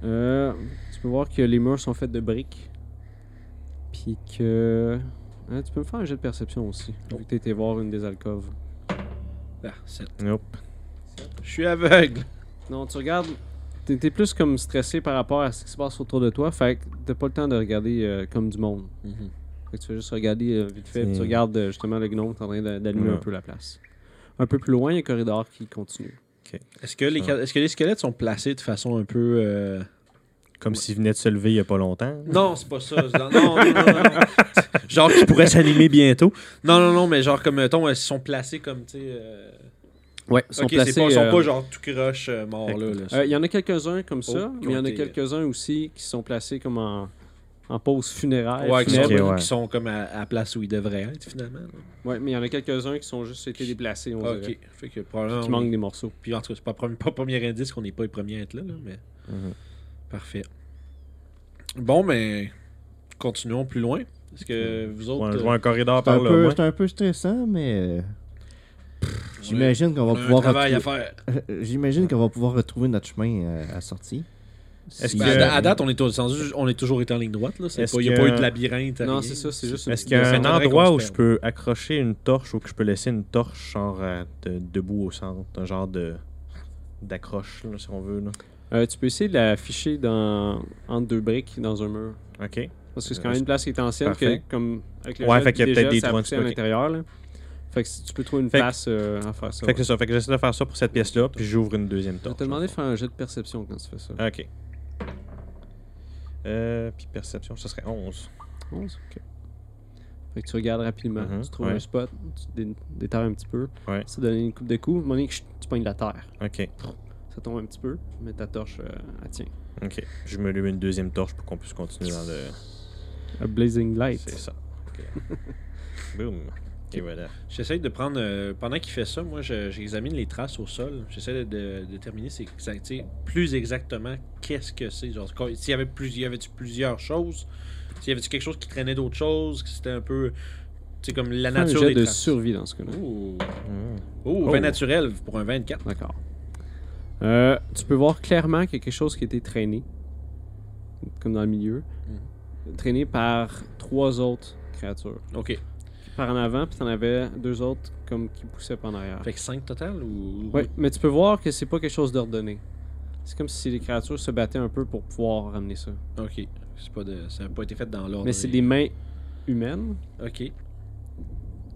Euh, tu peux voir que les murs sont faits de briques. Puis que. Hein, tu peux me faire un jet de perception aussi, vu que tu étais voir une des alcôves.
Ah, sept.
Nope.
Je suis aveugle.
Non, tu regardes. T'es t'es plus comme stressé par rapport à ce qui se passe autour de toi, fait que t'as pas le temps de regarder euh, comme du monde.
Mmh.
Fait que tu vas juste regarder euh, vite fait, puis
C'est-
tu regardes euh, justement le gnome qui est en train d'a- d'allumer
Ouais.
un peu la place. Un peu plus loin, il y a un corridor qui continue.
Est-ce que, les,
Ça.
est-ce que les squelettes sont placés de façon un peu. euh,
Comme s'il venait de se lever il n'y a pas longtemps.
Non, c'est pas ça. c'est dans- Non, non, non, non, non. genre qui pourrait s'animer bientôt. Non, non, non, mais genre comme, mettons, ils sont placés comme, tu sais. euh,
Ouais, ils sont
ok, c'est
placés.
pas- ils sont
euh,
pas genre tout croche euh, mort là. là.
euh, il y en a quelques-uns comme ça,
Oh, qui
mais il y
ont
en a
été-
quelques-uns aussi qui sont placés comme en, en pause funéraire.
Ouais, qui sont,
funèbre.
Ok, ouais.
qui sont comme à, à la place où ils devraient être finalement. là.
Ouais, mais il y en a quelques-uns qui sont juste été déplacés, on
Ok,
dirait.
fait que probablement.
Qui
on-
manquent des morceaux.
Puis en tout cas, c'est pas le premier, pas le premier indice qu'on n'est pas les premiers à être là, là, mais.
Mhm.
Parfait. Bon, mais. Continuons plus loin. Est-ce que vous
Ouais,
autres.
je
euh,
vois un corridor
C'est un,
par là.
peu-
ouais.
c'est un peu stressant, mais euh,
on a-
j'imagine qu'on
on
va
a un
pouvoir.
travail à
retrouver-
faire.
J'imagine qu'on va pouvoir retrouver notre chemin euh, à la sortie.
Est-ce
Si-
Ben,
que-
à, da- à date, on est, au- sans- on est toujours été en ligne droite. là. C'est
Est-ce
pas- Il n'y a
que-
pas eu de labyrinthe.
Non,
rien.
c'est ça, c'est juste une
Est-ce qu'il y a
Ça
un
m'étonnerait
endroit
qu'on
où
se
je
perde.
peux accrocher une torche ou que je peux laisser une torche genre à- de- debout au centre, un genre de d'accroche là, si on veut là.
Euh, tu peux essayer de l'afficher dans... entre deux briques dans un mur.
OK.
Parce que c'est quand même une place qui est ancienne,
Parfait.
que, comme avec le
Ouais,
gel,
fait qu'il y a
déjà,
peut-être des
ça
trous un
poussait à
petit peu, ok.
l'intérieur. là. Fait que si tu peux trouver une
Fait que-
place euh, à faire ça.
Fait
ouais.
que c'est ça, fait que j'essaie de faire ça pour cette pièce là, puis j'ouvre une deuxième
Je vais
torche.
te demander de faire un jet de perception quand tu fais ça.
OK. Euh, puis perception, ça serait 11.
11, ok. Fait que tu regardes rapidement,
Mhm,
tu trouves
ouais.
un spot, tu dé- déterres un petit peu,
Ouais.
ça donne une coupe de coups, à un moment donné, chut, tu pognes la terre.
OK.
Ça tombe un petit peu, mais ta torche, euh, elle tient.
OK. Je me lui une deuxième torche pour qu'on puisse continuer dans le
A blazing
C'est
light.
ça. OK. Boom. Et voilà.
J'essaie de prendre. euh, pendant qu'il fait ça, moi, je- j'examine les traces au sol. J'essaie de, de- de déterminer c'est exact- tu sais, plus exactement qu'est-ce que c'est. Genre, quand- S'il y avait plus, il y avait plusieurs choses. S'il y avait quelque chose qui traînait d'autres choses, que c'était un peu. Tu sais, comme la
Fais un
nature
jet
des
de
traces.
survie dans ce cas-là.
Ouh.
Mm.
Ouh,
Oh.
vin naturel pour un 24.
D'accord. Euh, tu peux voir clairement qu'il y a quelque chose qui a été traîné, comme dans le milieu, traîné par trois autres créatures.
Ok.
Par en avant, puis t'en avais deux autres comme qui poussaient par en arrière.
Fait que 5 total ou.
Ah. Ouais, mais tu peux voir que c'est pas quelque chose d'ordonné. C'est comme si les créatures se battaient un peu pour pouvoir ramener ça.
Ok. C'est pas de- Ça n'a pas été fait dans l'ordre.
Mais c'est des mains humaines
Ok.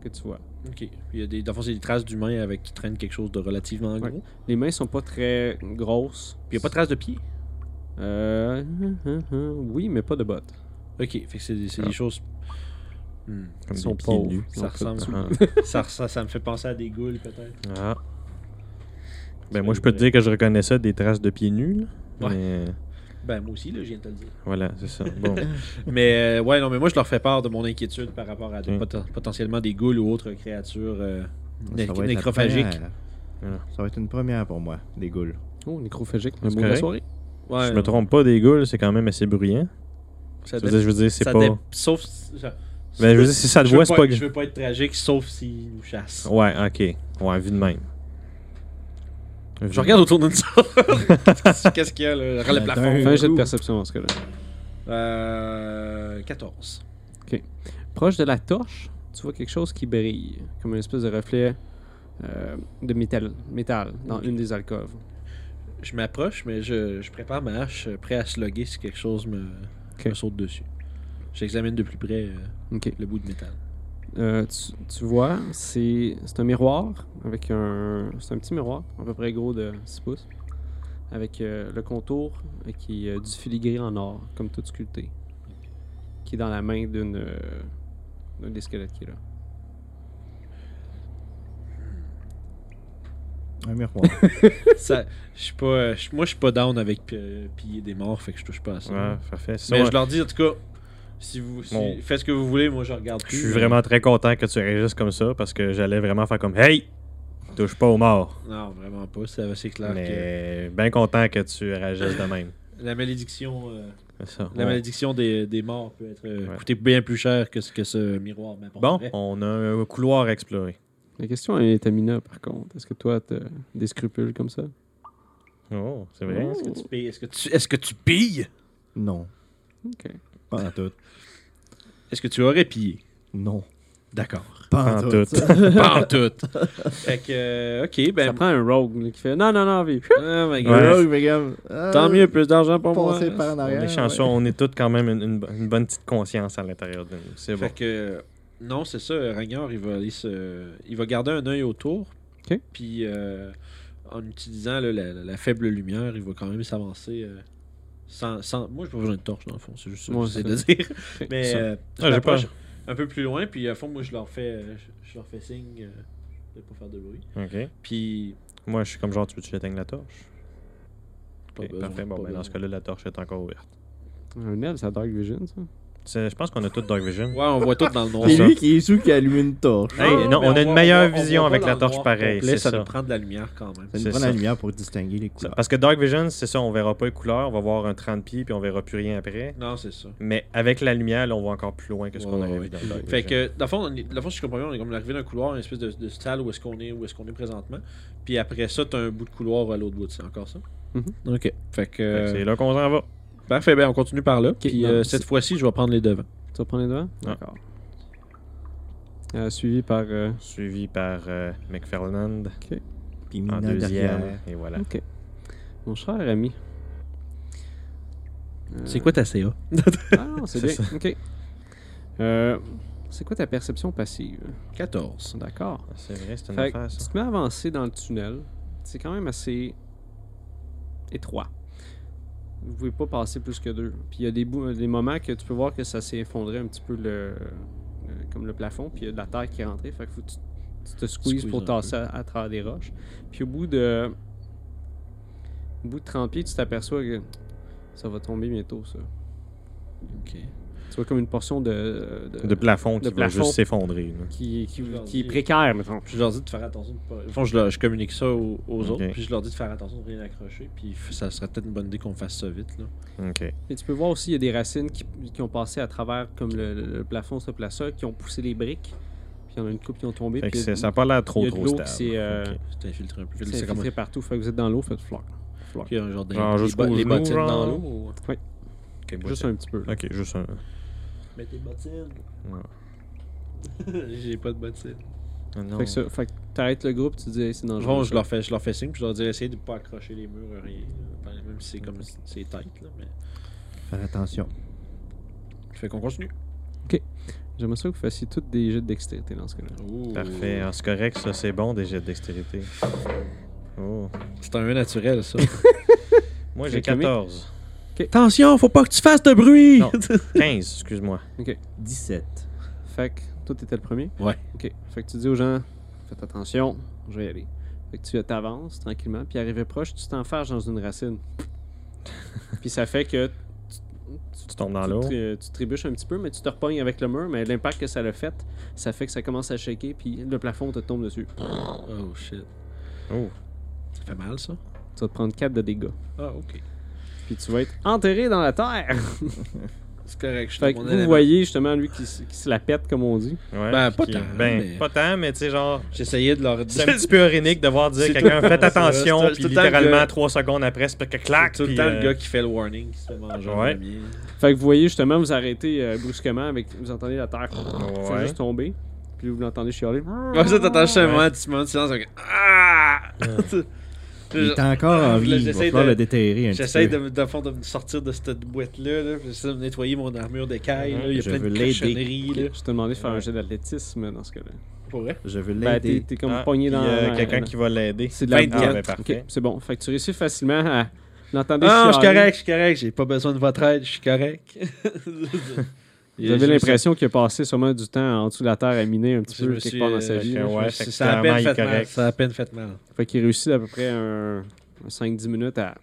que tu vois.
Ok. Il y a des. Dans le fond, c'est des traces d'humains avec qui traînent quelque chose de relativement
Ouais.
gros.
Les mains sont pas très grosses.
Puis il n'y a pas de traces de pieds.
Euh, hum, hum, hum, oui, mais pas de bottes.
Ok, fait que c'est des,
Ah.
c'est des choses. Hmm.
Comme
Ils sont
des pieds
pauvres.
nus.
Ça ressemble.
Ah.
ça, ça, ça me fait penser à des goules, peut-être.
Ah. Ben moi je peux te dire que je reconnais ça des traces de pieds nus. Là.
Ouais.
Mais
Ben, moi aussi, là, je viens de te le dire.
voilà, c'est ça. Bon.
Mais, euh, ouais, non, mais moi, je leur fais part de mon inquiétude par rapport à des-
Hmm.
poten- potentiellement des goules ou autres créatures euh, né-
Ça va être la
nécrophagiques. Ah.
première.
Voilà.
Ça va être une première pour moi, des goules.
Oh, nécrophagique, le
C'est
mot de la
correct.
soirée.
Ouais,
je me trompe pas des goules, c'est quand même assez bruyant.
ça
Je
dé-
veux dire, je veux dire, c'est
ça
pas.
dé- Sauf. si- ça-
Ben je veux dire, si ça te
je veux
voit, c'est pas.
Je veux pas être tragique, sauf s'ils nous chassent.
Ouais, ok. Ouais, vu de même. Vu
Je
de
regarde autour de nous. Qu'est-ce qu'il y a, là? Le
Ben,
Attends.
plafond.
Fais un jet de
Ouh.
perception dans ce cas-là.
Euh, 14.
Proche de la torche, tu vois quelque chose qui brille, comme une espèce de reflet euh, de métal, métal dans une des alcôves.
Je m'approche, mais je, je prépare ma hache, euh, prêt à slugger si quelque chose me,
Ok.
me saute dessus. J'examine de plus près euh,
Ok.
le bout de métal.
Euh, tu, tu vois, c'est c'est un miroir avec un. C'est un petit miroir, à peu près gros de 6 pouces, avec euh, le contour euh, qui est euh, du filigré en or, comme tout sculpté, qui est dans la main d'une. euh, d'un des squelettes qui est là.
Un miroir.
Ça, je suis pas, euh, je- moi, je suis pas down avec euh, piller des morts, fait que je touche pas à ça.
Ouais, parfait. Sinon,
mais
euh,
je leur dis, en tout cas, si vous si-
Bon.
faites ce que vous voulez, moi, je regarde
je
plus.
suis
mais-
vraiment très content que tu réagisses comme ça parce que j'allais vraiment faire comme Hey! Touche pas aux morts.
Non, vraiment pas. ça- C'est clair
Mais bien content que tu réagisses de même.
que la malédiction, euh,
C'est ça.
la
On-
malédiction des, des morts peut être euh,
Ouais.
coûter bien plus cher que ce que ce miroir
Bon,
m'apporterait.
on a un couloir à explorer.
La question est à Mina, par contre. Est-ce que toi, t'as des scrupules comme ça
Oh, c'est vrai.
Est-ce que tu pilles- Est-ce que tu, est-ce que tu pilles
non.
Ok.
Pas en tout.
Est-ce que tu aurais pillé
Non.
D'accord.
Pas
En tout.
Pas en tout. fait que, euh, ok, ben.
Ça prend un rogue là, qui fait Non, non, non, vie.
Oh my God.
Ouais.
Rogue, mais comme, euh,
Tant mieux, plus d'argent pour moi.
passer par en
On
arrière.
est chanceux, on est tous quand même une, une bo- une bonne petite conscience à l'intérieur de nous. C'est bon.
Fait que, non, c'est ça, Ragnard, il va aller se. Il va garder un œil autour.
Ok.
Puis euh, en utilisant là, la, la- la faible lumière, il va quand même s'avancer. euh, sans, sans- Moi, j'ai pas besoin de torche, dans le fond. C'est juste ça que
Ouais,
j'essaie
c'est
de
ça.
dire. Mais
Ça.
euh, je
Ah, j'ai pas-
m'approche un peu plus loin, puis à fond, moi, je leur fais, euh, je, je leur fais signe euh, de pas faire de bruit.
OK.
Puis,
Moi, je suis comme genre, tu veux-tu éteindre la torche?
pas
Ok,
besoin,
parfait. Bon,
pas
ben, dans ce
besoin.
cas-là, la torche est encore ouverte.
Un aile, ça Dark Vision, ça.
C'est- Je pense qu'on a tous Dark Vision.
Ouais, on voit tout dans le noir.
C'est
ça.
lui qui est sous qui a allumé une torche.
Hey,
Ah,
non,
mais
on a une
voit-
meilleure
voit- on
vision
voit
avec
pas
la
dans le
torche
noir
pareil,
complet,
c'est
ça.
ça.
nous prend de la lumière quand même.
Ça
c'est
nous prend
ça.
la lumière pour distinguer les
Ça-
couleurs.
Parce que Dark Vision, c'est ça, on verra pas les couleurs, on va voir un 30 pieds, puis on verra plus rien après.
Non, c'est ça.
Mais avec la lumière, là, on va encore plus loin que ce qu'on
Ouais,
aurait
ouais.
vu dans Dark
Fait
Vision.
que, dans le fond, on est- dans le fond, si je comprends bien, on est comme arrivé d'un couloir, une espèce de, de salle où est-ce qu'on est, où est-ce qu'on est présentement. Puis après ça, t'as un bout de couloir à l'autre bout. C'est encore ça?
Mhm.
Ok. Fait que.
Fait que
euh,
C'est là qu'on s'en va.
parfait, ben on continue par là. Puis
non,
euh,
c'est-
cette fois-ci, je vais prendre les devants.
Tu vas prendre les devants D'accord. Euh, suivi par. euh,
Suivi par euh, McFarland
Puis
en
Mina
deuxième.
derrière.
Et voilà.
Ok. Mon cher ami. Euh,
ta CA?
Ah non, c'est
C'est
bien. Ok. Euh, c'est quoi ta perception passive
14.
D'accord.
C'est vrai, c'est une
Fait que
affaire,
tu
ça.
te mets à avancer dans le tunnel. C'est quand même assez étroit. Vous pouvez pas passer plus que deux. Puis il y a des, bouts- des moments que tu peux voir que ça s'est effondré un petit peu le, le- comme le plafond. Puis il y a de la terre qui est rentrée. Fait que faut que tu, tu te squeezes
Squeeze
pour
un
tasser à, à travers des roches. Puis au bout de au bout de 30 pieds, tu t'aperçois que ça va tomber bientôt, ça.
Ok.
Tu vois comme une portion de,
De plafond
de
qui va
plafond.
juste s'effondrer. là.
qui, qui, qui est précaire, mettons.
Je leur dis de faire attention de pas. Au fond, je, leur- je communique ça aux, aux
Ok.
autres. Puis je leur dis de faire attention de rien accrocher. Puis f- ça serait peut-être une bonne idée qu'on fasse ça vite. Là.
OK.
Et tu peux voir aussi, il y a des racines qui, qui ont passé à travers, comme le, le- le plafond se place là, qui ont poussé les briques. Puis il y en a une coupe qui ont tombé.
Fait que
Puis il y
c'est-
a-
ça n'a pas l'air
il y
trop,
a de
trop
l'eau qui
stable.
s'est, euh,
Ok.
C'est infiltré un peu.
c'est
C'est comme
infiltré partout. Fait que vous êtes dans l'eau, faites floc.
un qu'il y a un genre de.
Genre
les
jusqu'aux
bo- les
genoux,
bottines dans
genre?
l'eau. ou-
Ok,
Juste un petit peu. là.
Ok, juste un.
Mets tes bottines.
Ouais.
J'ai pas de bottines.
Ah Non.
Fait que, ça- fait que t'arrêtes le groupe, tu dis hey, c'est
Dans le fond,
dangereux.
je leur fais, je leur fais signe, puis je leur dis essayez de pas accrocher les murs, euh, rien. là. Enfin, Même si c'est comme c'est tight, là, mais.
Faire attention.
Fait qu'on continue.
J'aimerais ça que vous fassiez toutes des jets de dextérité dans ce cas-là.
Parfait.
hein.
Ah, c'est correct, ça, c'est bon, des jets de dextérité. Oh.
C'est un 1 naturel, ça.
Moi,
Très
j'ai
comique.
14.
Attention, faut pas que tu fasses de bruit!
Non. 15, excuse-moi.
17.
Fait que toi, t'étais le premier.
Ouais.
Ok. Fait que tu dis aux gens, faites attention, je vais y aller. Fait que tu t'avances tranquillement, puis arrivé proche, tu t'enfarges dans une racine. puis ça fait que
Tu tombes dans
tu,
l'eau.
tri- tu trébuches un petit peu, mais tu te repognes avec le mur, mais l'impact que ça l'a fait, ça fait que ça commence à shaker, puis le plafond te tombe dessus.
Oh shit.
Oh.
Ça fait mal, ça?
Tu vas te prendre 4 de dégâts.
Ah, ok.
Puis tu vas être enterré dans la terre.
C'est correct, je suis
fait
dans
que
mon
vous
élément.
voyez justement lui qui, se- qui se la pète, comme on dit.
Ouais,
Ben, pas
qui-
tant,
Ben,
mais-
pas tant, mais tu sais, genre.
J'essayais de leur
C'est
dire.
un petit peu ironique de voir
C'est
dire quelqu'un
tout-
faites
c'est-
attention,
c'est
puis
tout le temps le gars-
littéralement trois secondes après, c'est que clac.
tout le
puis,
temps
euh,
le gars qui fait le warning qui se fait manger en
Ouais.
premier.
Fait que vous voyez justement vous arrêtez euh, brusquement avec. Vous entendez la terre c'est
Ouais. Ah,
juste tomber. Puis vous l'entendez chialer.
Comme ça, t'entends juste un
Ouais.
moment, un petit moment de silence. avec Ah!
Il est encore en vie. Il va
J'essaie
falloir
de-
le déterrer un
J'essaie
petit
de,
peu.
me- dans le fond, de me sortir de cette boîte-là. Là, puis J'essaie de me nettoyer mon armure d'écaille.
Mhm.
là. Il y a
Je
plein de
veux l'aider.
cochonneries. là.
Je te demandais de faire un jeu d'athlétisme dans ce cas-là.
Pour vrai?
Je veux
Ben, t'es
l'aider.
t'es comme
ah,
pogné
puis,
dans.
euh,
dans-
quelqu'un
dans-
qui va l'aider.
C'est de la
24.
Ah, ben,
Ok, Ah,
parfait. c'est bon. Fait que tu réussis facilement à l'entendre
Non, je suis
chialer.
correct, je suis correct. J'ai pas besoin de votre aide, je suis correct.
Vous avez l'impression qu'il a passé sûrement du temps en dessous de la terre à miner un petit
Je
peu
me
quelque
suis,
part dans sa
euh,
vie.
fait que,
là.
ouais.
ça,
c'est
a à
clairement,
peine
il est
fait mal.
correct.
Ça a à peine fait mal.
Fait qu'il réussit à peu près un, un 5-10 minutes à.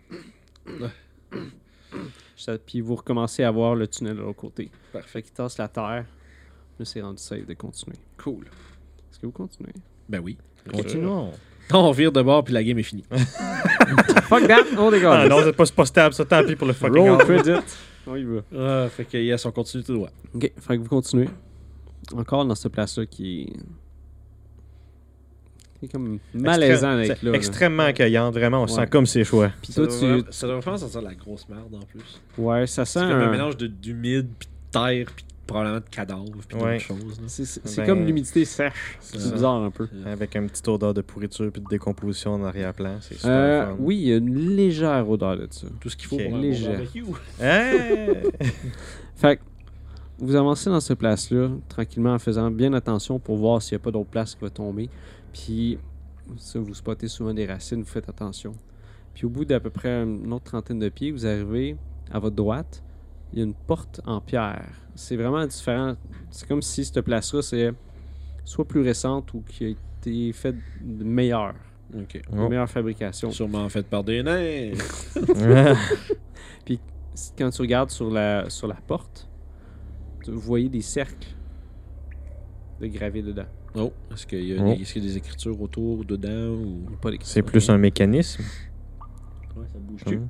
Ça- Puis vous recommencez à voir le tunnel de l'autre côté. Fait
Parfait.
qu'il tasse la terre. Là, c'est rendu safe de continuer.
Cool.
Est-ce que vous continuez?
Ben oui.
Continuons.
On vire de bord, puis la game est finie.
Fuck that! Oh, On
Ah
dégage!
non, c'est pas, c'est pas stable, ça, tant pis pour le fucking
Roll
hard.
credit! On y va.
Ah, fait que yes, on continue tout droit.
Ok, fait que vous continuez. Encore dans cette place-là qui est. qui est comme malaisant
Extrême-
avec
c'est
là. là.
Extrêmement accueillant, vraiment, on se
Ouais.
sent comme ses choix.
Puis
Ça
toi,
doit
tu.
vraiment- ça doit vraiment sentir la grosse merde en plus.
Ouais, ça sent.
C'est comme
un-
un mélange de d'humide, puis de terre, puis probablement de cadavres, puis
Ouais.
d'autres choses. là.
C'est- C'est c'est
Ben,
comme l'humidité sèche. C'est
ça.
bizarre un peu.
Avec un petit odeur de pourriture puis de décomposition en arrière-plan, c'est super
Euh,
fun.
oui, il y a une légère odeur de ça.
Tout ce qu'il faut
Ok.
pour un bon
Léger.
barbecue.
Hey!
Fait que vous avancez dans cette place-là, tranquillement, en faisant bien attention pour voir s'il n'y a pas d'autre place qui va tomber. Puis Ça, vous spottez souvent des racines, vous faites attention. Puis au bout d'à peu près une autre trentaine de pieds, vous arrivez à votre droite, il y a une porte en pierre. C'est vraiment différent. C'est comme si cette place-là, c'est soit plus récente ou qui a été faite de meilleure,
OK.
de
Oh.
meilleure fabrication.
Oh. Sûrement fait par des nains.
Si- Quand tu regardes sur la, sur la porte, tu- vous voyez des cercles de gravés dedans.
Oh, est-ce qu'il y, a
Oh.
des- est-ce qu'il y a des écritures autour, dedans ou...
Il n'y a pas d'écriture.
C'est plus un mécanisme.
Ouais, ça bouge
Hum.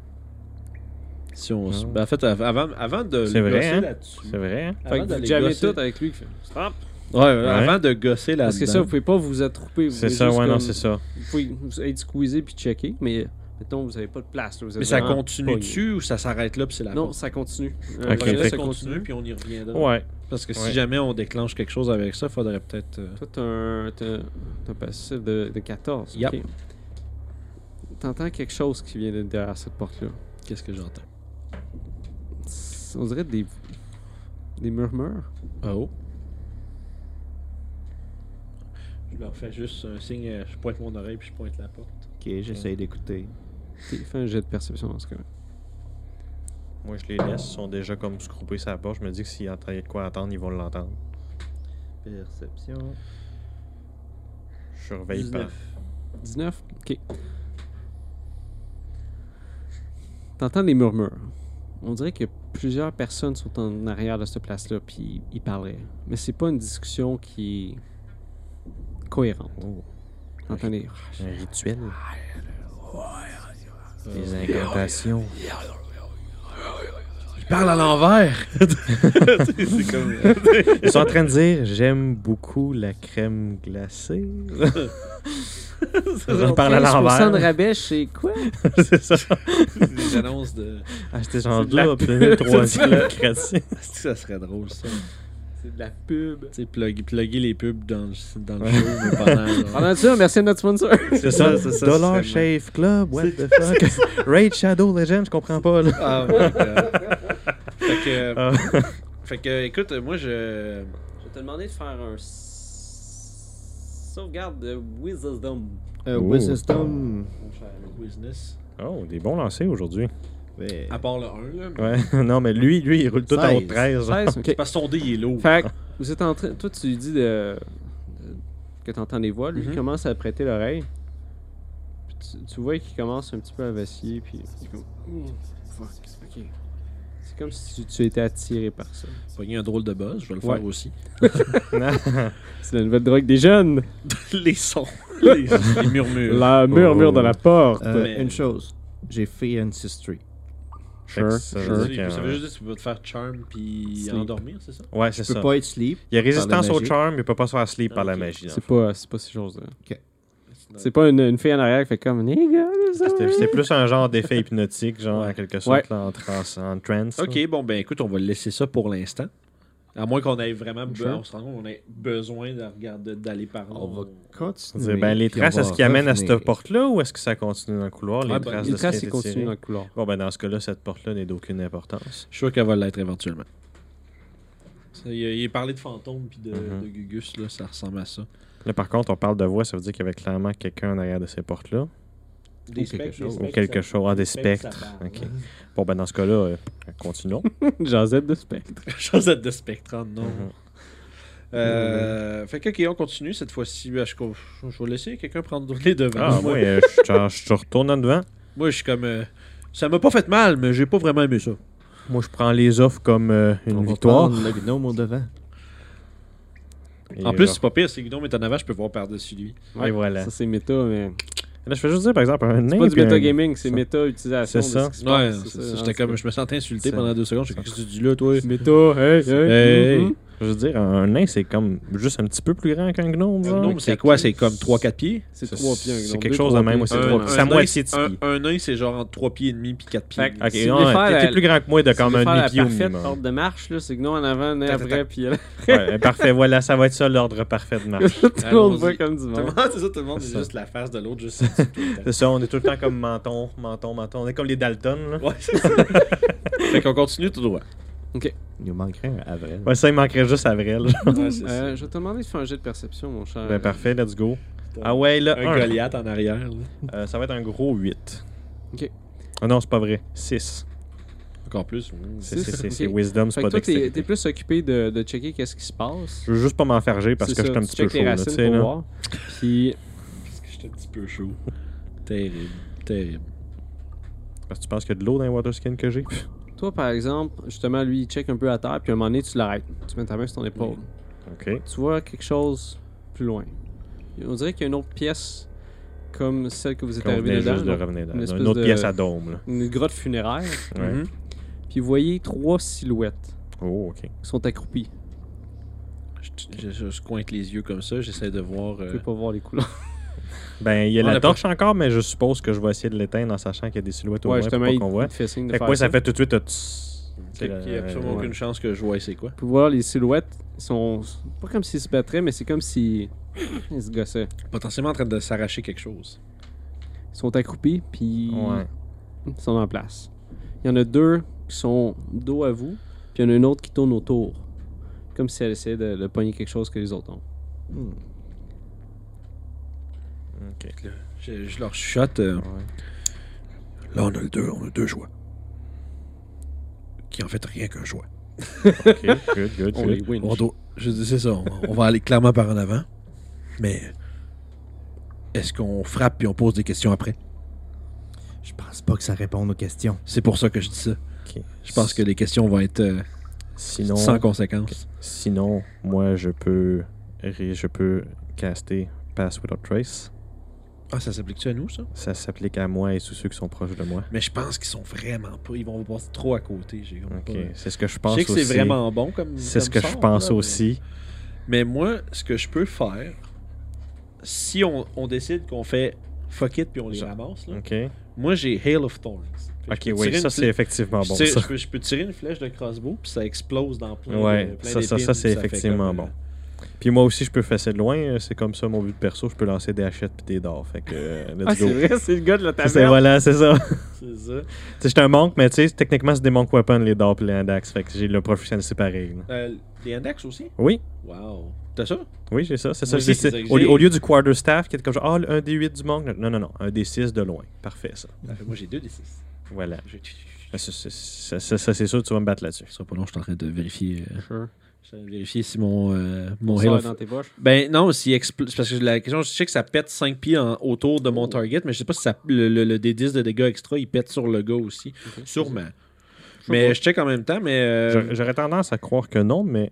Si on s-
Non.
ben, en fait, av- avant, avant de
C'est
le
vrai,
gosser
hein?
là-dessus.
C'est vrai, hein?
Fait
Avant
que vous
d'aller
jammez
gosser-
tout avec lui. qui fait, Stop!
Ouais, avant de gosser là-dedans.
Parce que ça, vous pouvez pas vous attrouper. vous
C'est
pouvez
ça,
juste
ouais, non,
comme-
c'est ça.
Vous pouvez vous être squeezé puis checker, mais mettons, vous avez pas de place. là, vous êtes
Mais
Ah.
ça
vraiment
continue
pogné.
dessus ou ça s'arrête là puis c'est la
Non,
porte?
ça continue. Euh,
Fait
Ok,
que là,
fait
ça
ça
continue puis on y reviendra.
Ouais.
Parce que si
Ouais.
jamais on déclenche quelque chose avec ça, faudrait peut-être. euh,
Toi, t'as un, t'as- t'as un passif de, de 14.
Yep.
ok. T'entends quelque chose qui vient de derrière cette porte-là.
Qu'est-ce que j'entends
C'est- On dirait des, des murmures.
Oh. Je leur fais juste un signe, euh, je pointe mon oreille puis je pointe la porte.
Ok, j'essaie d'écouter.
T'es- Fais un jet de perception dans ce cas-là.
Moi, je les laisse. Ils sont déjà comme scroupés sur la porte. Je me dis que s'ils entendent de quoi attendre, ils vont l'entendre.
Perception.
Je
Ben,
surveille pas.
19? Ok. T'entends des murmures. On dirait que plusieurs personnes sont en arrière de cette place-là, puis ils parleraient. Mais c'est pas une discussion qui est cohérente.
Oh,
T'entends des-
un rituel.
Ah.
Des incantations.
Je parle à l'envers C'est comme. euh,
Ils sont en train de dire J'aime beaucoup la crème glacée. Ils parlent à
15% de
l'envers.
rabais chez quoi?
C'est ça.
des annonces de.
Acheter
C'est
genre
de la
deux,
pub,
obtenir trois
c'est ça.
kilos de cracé.
Est-ce que ça serait drôle ça
C'est de la pub.
Tu sais, plug- plugger les pubs dans le, dans le show mais pendant. genre-
Pendant ça, merci à notre sponsor.
C'est
ça,
ça,
c'est
c'est
ça,
Dollar
c'est-
Shave Club, what the fuck? Raid Shadow Legend, je comprends pas, là.
Ah, my God. fait que, euh,
Ah.
fait que, écoute, moi je.
Je vais te demander de faire un sauvegarde de Wisdom.
Euh,
Oh.
Wisdom.
Mon cher business.
Oh, des bons lancers aujourd'hui.
Ouais.
À part le 1, là. mais-
Ouais, non, mais lui, lui, il roule tout en haut de
16.
13. genre.
16, ok.
Parce que son dé, il est lourd.
Fait que vous êtes en train. Toi, tu lui dis de, de- que t'entends des voix. Lui, il
Mm-hmm.
Mhm. commence
commence à prêter l'oreille. Puis tu, tu vois qu'il commence un petit peu à vaciller. Puis c'est comme. oh, C'est comme si tu, tu étais attiré par ça.
Pogner un drôle de buzz, je vais le
Ouais.
faire aussi.
C'est la nouvelle drogue des jeunes.
les sons, les, les murmures.
Oh.
La murmure de la porte.
Euh,
mais-
Une chose, j'ai fait Ancestry.
Fait que ça veut
Ça
dire que-
veut juste dire que tu peux te faire charm puis
Sleep.
endormir, c'est ça?
Ouais, c'est
Je peux
ça.
pas être sleep.
Il y a résistance
par la
au
magie.
charme, mais il peut pas se faire sleep par la
Ok.
magie. hein. dans
C'est pas, c'est pas ces choses-là.
C'est
C'est pas une, une fille en arrière qui fait comme. Hey, gars, ça
C'était- C'est plus un genre d'effet hypnotique, genre, en quelque sorte,
Ouais.
là, en, trans, en trance. là.
Ok, bon, ben écoute, on va laisser ça pour l'instant. À moins qu'on ait vraiment be-
Sure.
on se rend compte qu'on ait besoin de regarder- d'aller par là.
On va
On
continuer.
dirait, ben, les
puis
traces,
on va
est-ce qu'ils amènent à cette
revenir.
porte-là ou est-ce que ça continue dans le couloir, les
Ah, ben,
traces
les
Il
de ce
trace
qui
et
a été
continue
tiré?
dans le couloir.
Bon, ben, dans ce cas-là, cette porte-là n'est d'aucune importance.
Je suis sûr qu'elle va l'être éventuellement. Ça, Il a, il a parlé de fantômes puis de,
Mhm.
de Gugus, là, ça ressemble à ça.
Là, par contre, on parle de voix, ça veut dire qu'il y avait clairement quelqu'un en arrière de ces portes-là.
Des
quelque
spectres,
chose.
des
Ou
spectres,
quelque
ça-
chose. Ah, des
spectres, ça
spectres.
parle.
Ok. Bon, ben, dans ce cas-là, euh, continuons.
Josette de spectre.
chose de spectre, oh non.
Mhm.
Euh, Fait que, ok, on continue cette fois-ci. Ben, Je, je- je vais laisser quelqu'un prendre les devants.
Ah,
moi,
moi, euh, je, genre, je retourne en devant.
moi, je suis comme. euh, ça m'a pas fait mal, mais j'ai pas vraiment aimé ça.
Moi, je prends les offres comme euh, une
On va
victoire.
prendre le gnome au devant.
Et
en plus,
genre-
c'est pas pire, si Guidon est en avant, je peux voir par-dessus lui.
et voilà.
Ça, c'est méta, mais.
Là, Eh ben, je fais juste dire, par exemple, un
C'est
nain.
pas du
puis un-
métagaming, c'est
ça.
méta-utilisation.
C'est ça.
de ce qui se
Ouais,
passe,
c'est
c'est
ça,
ça,
j'étais
en
comme,
tout
je me sentais insulté
C'est-
pendant deux secondes. Je fais, qu'est-ce que tu dis là, toi
cas. Méta, hey, hey.
Hey.
mhm.
Je veux dire, un un nain, c'est comme juste un petit peu plus grand qu'un gnome.
Un gnome, c'est quoi C'est comme 3-4 pieds
C'est
C'est-
trois pieds, un
c'est
gnome,
quelque
deux,
chose
trois
de même,
pieds.
ouais, c'est trois
Un-
pieds.
un-
Ça-
nain,
moitié de
c'est- un-
pied.
Un nain, c'est genre entre 3 pieds et demi puis 4 pieds.
Fait que-
Ok,
Si vous
ouais,
voulez
t'es
faire la-
t'es plus grand que moi de quand
Si vous voulez
même
faire la
un pied au
parfaite
minimum.
porte de marche, là, c'est que nous en avant, nain
Tac, tac,
après,
tac.
puis elle
Ouais, ben, parfait, voilà, ça va être ça l'ordre parfait de marche.
tout le monde va
Allons-y.
comme du
Tout le
monde.
monde- C'est ça, tout le monde,
C'est
c'est
ça.
juste la face de l'autre, juste ça. tout le temps.
C'est ça, on est tout le temps comme menton, menton, menton. On est comme les Dalton,
Ouais,
là.
c'est ça. fait qu'on continue tout droit.
Il nous manquerait un avril.
Ouais, ça, il manquerait juste Avril.
Ouais, c'est ça.
Euh, je vais te demander de faire un jet de perception, mon cher.
ben parfait, let's go. Ah ouais, là,
Un
un.
Goliath en arrière. là.
Euh, ça va être un gros 8.
Ok.
Ah non, c'est pas vrai. 6.
Encore plus.
C'est
Six,
c'est-
ok.
c'est Wisdom,
Fait
c'est
que
pas
toi, t'es t'es
dextérité.
plus occupé de, de checker qu'est-ce qui se passe.
Je veux juste pas m'enfarger parce
C'est
que
ça,
je suis un
tu
petit peu
checkes
chaud.
tes
là, tu
racines
sais,
pour
là.
voir. Puis,
Parce que j'étais un petit peu chaud. terrible. Terrible.
Parce que tu penses qu'il y a de l'eau dans les waterskin que j'ai? Pff,
toi, par exemple, justement, lui, il check un peu à terre, puis à un moment donné, tu l'arrêtes. Tu mets ta main sur ton épaule.
OK.
Tu vois quelque chose plus loin. On dirait qu'il y a une autre pièce comme celle que vous êtes
Quand on venait
arrivé dedans.
juste de Mm-hmm.
donc
revenir dedans.
une
Une,
espèce
autre
de-
pièce à dôme, là.
une grotte funéraire.
Ouais.
Mhm. Puis vous voyez trois silhouettes
Oh, OK.
qui sont accroupies.
Je, je, je- je cointe les yeux comme ça, j'essaie de voir.
Tu
euh,
peux pas voir les couleurs.
Ben, il y a
On a
la
pas-
torche encore, mais je suppose que je vais essayer de l'éteindre en sachant qu'il y a des silhouettes au
ouais,
loin
justement,
pour pas
il,
qu'on voit.
il te fait signe de
Fait que
faire
moi,
ça.
ça fait tout de suite un tss. Euh,
Fait qu'il n'y a absolument
ouais.
aucune chance que je vois c'est quoi.
Tu peux voir les silhouettes. Ils sont pas comme s'ils se battraient, mais c'est comme s'ils ils se gossaient.
Potentiellement en train de s'arracher quelque chose.
Ils sont accroupis, puis
Ouais.
ils sont en place. Il y en a deux qui sont dos à vous, puis il y en a une autre qui tourne autour. Comme si elle essayait de, de pogner quelque chose que les autres ont.
OK.
Je, je leur chuchote. euh, Là, on a le deux, on a deux choix. Qui en fait rien qu'un choix.
OK. Good, good,
On les
good.
winch.
On doit- je dis, c'est ça, on, on va aller clairement par en avant. Mais est-ce qu'on frappe puis on pose des questions après?
Je pense pas que ça réponde aux questions.
C'est pour ça que je dis ça.
OK.
Je pense que les questions vont être euh,
Sinon...
sans conséquence.
Sinon, moi, je peux, ré- je peux caster Pass Without Trace.
Ah, ça s'applique-tu à nous, ça?
Ça s'applique à moi et tous ceux qui sont proches de moi.
Mais je pense qu'ils sont vraiment pas. Ils vont passer trop à côté. J'ai comme
Ok,
pas-
c'est ce que je
Je
pense
sais que
aussi.
c'est vraiment bon comme.
C'est ce
comme
que je
sort,
pense
là, mais-
aussi.
Mais moi, ce que je peux faire, si on, on décide qu'on fait fuck it puis on les
Genre.
ramasse, là,
Ok,
moi j'ai Hail of Thorns. Fait que je
Mm. ok,
peux
oui,
tirer
ça
une
c'est
flèche-
effectivement
je
bon.
tire-
ça.
Je, peux, je peux tirer une flèche de crossbow puis ça explose dans plein de-
Ouais,
plein
ça, ça,
d'épines,
ça c'est
puis fait
effectivement
comme, euh,
bon. Puis moi aussi, je peux fesser de loin. euh, C'est comme ça mon but de perso. Je peux lancer des hachettes puis des dards. Fait que, euh, let's
Ah,
go.
c'est vrai, c'est le gars de la
C'est
taverne.
voilà, c'est ça.
C'est ça.
c'est un monk, mais tu sais, techniquement, c'est des monk weapons, les dards puis les hand axe. Fait que j'ai le proficiency pareil. là.
Euh, les index aussi?
Oui,
Wow. T'as ça?
Oui, j'ai ça. C'est ça.
Moi aussi,
j'ai-
c'est ça que
au,
j'ai.
au lieu du quarter staff qui est comme genre, ah, le 1 des 8 du manque. Non, non, non. Un des 6 de loin. Parfait, ça.
Moi j'ai deux des six.
Voilà.
Je-
Ça, c'est- ça, ça, ça, c'est sûr, tu vas me battre là-dessus.
Ce sera pas long, je suis en train de vérifier. euh,
Sure.
je suis en train de vérifier si mon, euh, mon Hail
Sors
of
dans tes poches.
Ben non, s'il explose. Parce que la question, je sais que ça pète 5 pieds en- autour de mon target, mais je sais pas si ça- le, le, le D10 de dégâts extra, il pète sur le gars aussi. Sûrement. Mais je check en même temps, mais. euh,
J'aurais- J'aurais tendance à croire que non, mais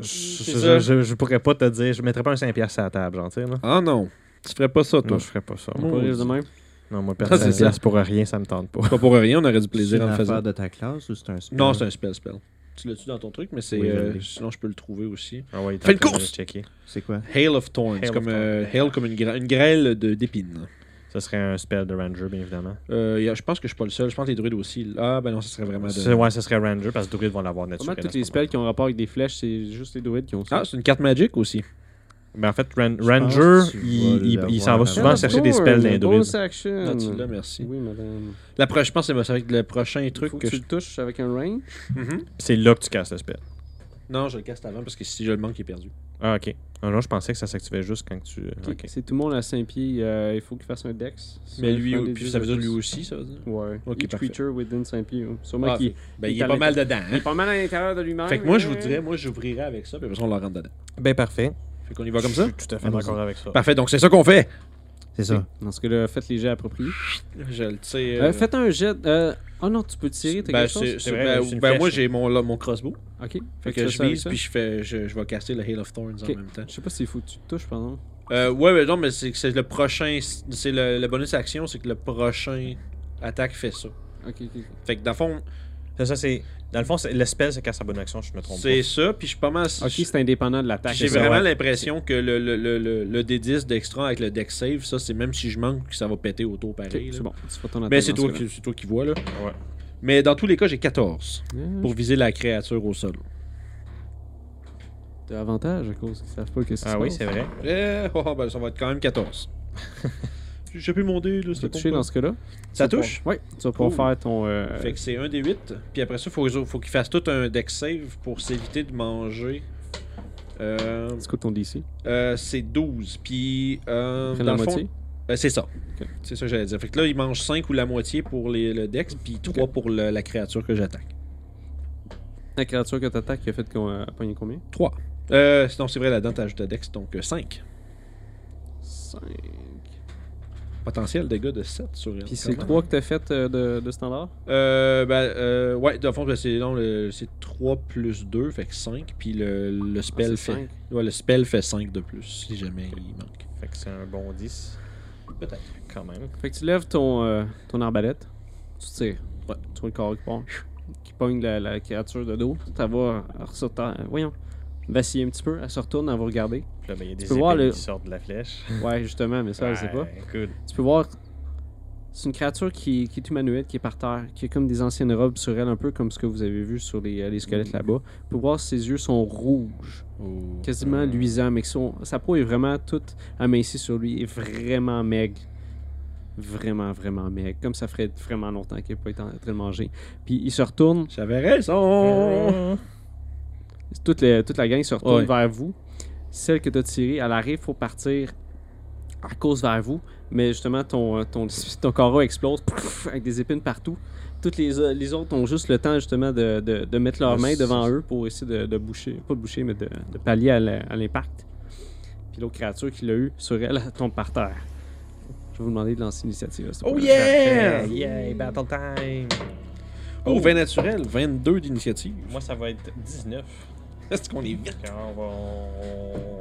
je,
C'est
je-
ça.
je- je pourrais pas te dire, je mettrais pas un 5 piastres à la table, genre, tu sais, là.
Ah non, tu ferais pas ça, toi.
Non, je ferais pas ça.
Non.
On peut rire de même.
Non, moi,
Ah,
perdre
c'est
5
ça.
piastres pour rien, Mm. ça me tente pas.
C'est Pas pour rien, on aurait du plaisir
c'est
en le
une
faisant.
affaire de ta classe ou c'est un spell?
Non, c'est un spell spell. Tu l'as-tu dans ton truc, mais c'est.
Oui, je
euh,
l'ai.
sinon, je peux le trouver aussi.
Ah ouais, il est
Fais
en
une
train de
course!
checker.
C'est quoi?
Hail of Thorns.
Hail of
comme,
Thorns.
euh, hail comme une, gra- une grêle de- d'épines.
Ça serait un spell de ranger, bien évidemment.
Euh, y a- je pense que je suis pas le seul. Je pense que les druides aussi. Ah, ben non, ça serait vraiment
C'est-
de.
Ouais, ça serait ranger parce que druides vont l'avoir
Pas mal
naturellement.
tous les spells qui ont rapport avec des flèches, c'est juste les druides qui ont ça.
Ah, c'est une carte magique aussi.
Mais Ben, en fait, Ran-
pense
ranger,
que tu vas
il, il- il s'en
Ah,
va
l'avoir.
souvent chercher des spells d'un druide.
Bonus
Hmm.
action.
Ah, tu l'as, merci.
Oui, madame.
La pro- je pense que bah, ça va être le prochain
Truc
truc
Faut que,
que
tu le touches avec un range.
je- Mhm.
C'est là que tu casses le spell.
Non, je le casse avant parce que si je le manque, il est perdu.
Ah, ok. Ah non, je pensais que ça s'activait juste quand tu.
Ok.
Ok.
C'est tout le monde à 5 pieds. euh, il faut qu'il fasse un dex.
Mais
Sur
lui,
un des
puis
deux
ça veut dire
de
lui
plus.
aussi, ça veut dire.
Ouais.
Ok,
Each
parfait.
creature within 5 pieds. ouais. Sûrement
Ah,
qu'il
Ben,
Il
il
est
est
à
pas mal dedans.
il
hein.
est pas mal à l'intérieur de lui-même. hein.
Fait que moi, je vous
mais-
dirais, moi, j'ouvrirai avec ça, puis après ça, on le rentre dedans.
Ben, parfait.
Fait qu'on y va comme ça.
Je suis tout à fait
Allons-y.
d'accord avec ça.
Parfait, donc c'est ça qu'on fait.
C'est ça.
Dans ce cas-là, faites les jets appropriés.
Je le tire.
Euh, faites un jet. euh, Oh non, tu peux tirer, t'as
ben,
quelque chose?
c'est- c'est-
C'est vrai,
ben,
c'est une
ben,
flèche,
moi,
ça.
j'ai mon, là, mon crossbow.
Ok.
Fait
tu
que
fais
je
hein. ça avec
vise,
ça.
puis je, fais, je, je vais caster le Hail of Thorns
Ok.
en même temps.
Je sais pas s'il faut que tu te touches, pardon.
Euh, ouais, mais non, mais c'est que c'est le prochain. C'est le, le bonus action, c'est que le prochain attaque fait ça.
Ok, ok. ok.
Fait que dans le fond,
Ça, ça, c'est. Dans le fond, c'est- le spell se casse à bonne action, je me trompe
c'est ça, puis je suis pas mal.
Ok, c'est indépendant de l'attaque.
J'ai
ça,
vraiment
ouais.
l'impression que le, le, le, le, le D10 d'extra avec le deck save, ça, c'est même si je manque, que ça va péter autour
Ok,
pareil. là.
C'est bon, tu fais ton attaque.
Mais Ben, c'est
dans ce
toi,
cas-là.
qui- c'est toi qui vois, là.
pas. Ouais.
Mais dans tous les cas, j'ai 14
Euh,
pour viser la créature au sol.
T'as avantage à cause qu'ils savent pas que c'est
Ah oui, c'est vrai.
Eh, oh, oh, ben, ça va être quand même 14. j'ai plus mon dé, là,
Tu
ça
vas toucher dans
compte
ce cas-là.
pas. Ça touche?
Oui, tu vas pouvoir
Cool.
faire ton. euh,
Fait que c'est un des 8, puis après ça, faut, faut qu'il fasse tout un deck save pour s'éviter de manger Euh,
C'est quoi ton DC?
euh, c'est 12. Puis, euh,
Prends
dans
la
le fond-
moitié?
Euh, c'est ça.
Ok.
C'est ça que j'allais dire. Fait que là, il mange 5 ou la moitié pour les- le dex, puis 3 pour le- la créature que j'attaque.
La créature que t'attaques, il a fait qu'on a pogné combien?
3. Euh, non, c'est vrai, la dent ajoute à dex, donc euh, 5.
5.
Potentiel dégâts de 7 sur elle.
Puis c'est le
quand même.
3 que t'as fait euh, de, de standard?
Euh, ben, euh, ouais, dans le fond, ben, c'est non, le- c'est 3 plus 2, fait que 5. Puis le, le spell
Ah, c'est
fait.
cinq.
Ouais, le spell fait 5 de plus, si jamais il manque.
Fait que c'est un bon 10.
Peut-être.
Quand même.
Fait que tu lèves ton, euh, ton arbalète, tu tires.
Ouais.
Tu vois le corps qui part, qui pogne la, la créature de dos. Ça va ressortir. Voyons. Vaciller un petit peu, elle se retourne, elle va regarder.
Puis là, ben, il y a des
peux
épées
voir le-
qui sortent de la flèche.
Ouais, justement, mais ça, elle sait pas.
Ouais, good.
Tu peux voir, c'est une créature qui, qui est humanoïde, qui est par terre, qui a comme des anciennes robes sur elle, un peu comme ce que vous avez vu sur les, euh, les squelettes là-bas. Tu peux voir ses yeux sont rouges, quasiment luisants, mais qui sont- sa peau est vraiment toute amincie sur lui, est vraiment maigre. Vraiment, vraiment maigre. Comme ça ferait vraiment longtemps qu'il n'a pas été en train de manger. Puis il se retourne,
J'avais raison!
Oh. toute, le- toute la gang se retourne
Ouais.
vers vous. Celle que tu as tirée, elle arrive pour partir à cause vers vous, mais justement, ton, euh, ton, ton corps explose pouf, avec des épines partout. Toutes les, euh, les autres ont juste le temps justement de, de- de mettre
Ah,
leurs
Ouais,
mains
c'est-
devant eux pour essayer de, de boucher, pas de boucher, mais de, de pallier à la- à l'impact. Puis l'autre créature qui l'a eu sur elle, elle tombe par terre. Je vais vous demander de lancer l'initiative. à ce
Oh
point-là.
yeah!
Yay, battle time!
Oh, 20 naturel, 22 d'initiative.
Moi, ça va être 19.
Est-ce qu'on est vite?
Quand on va,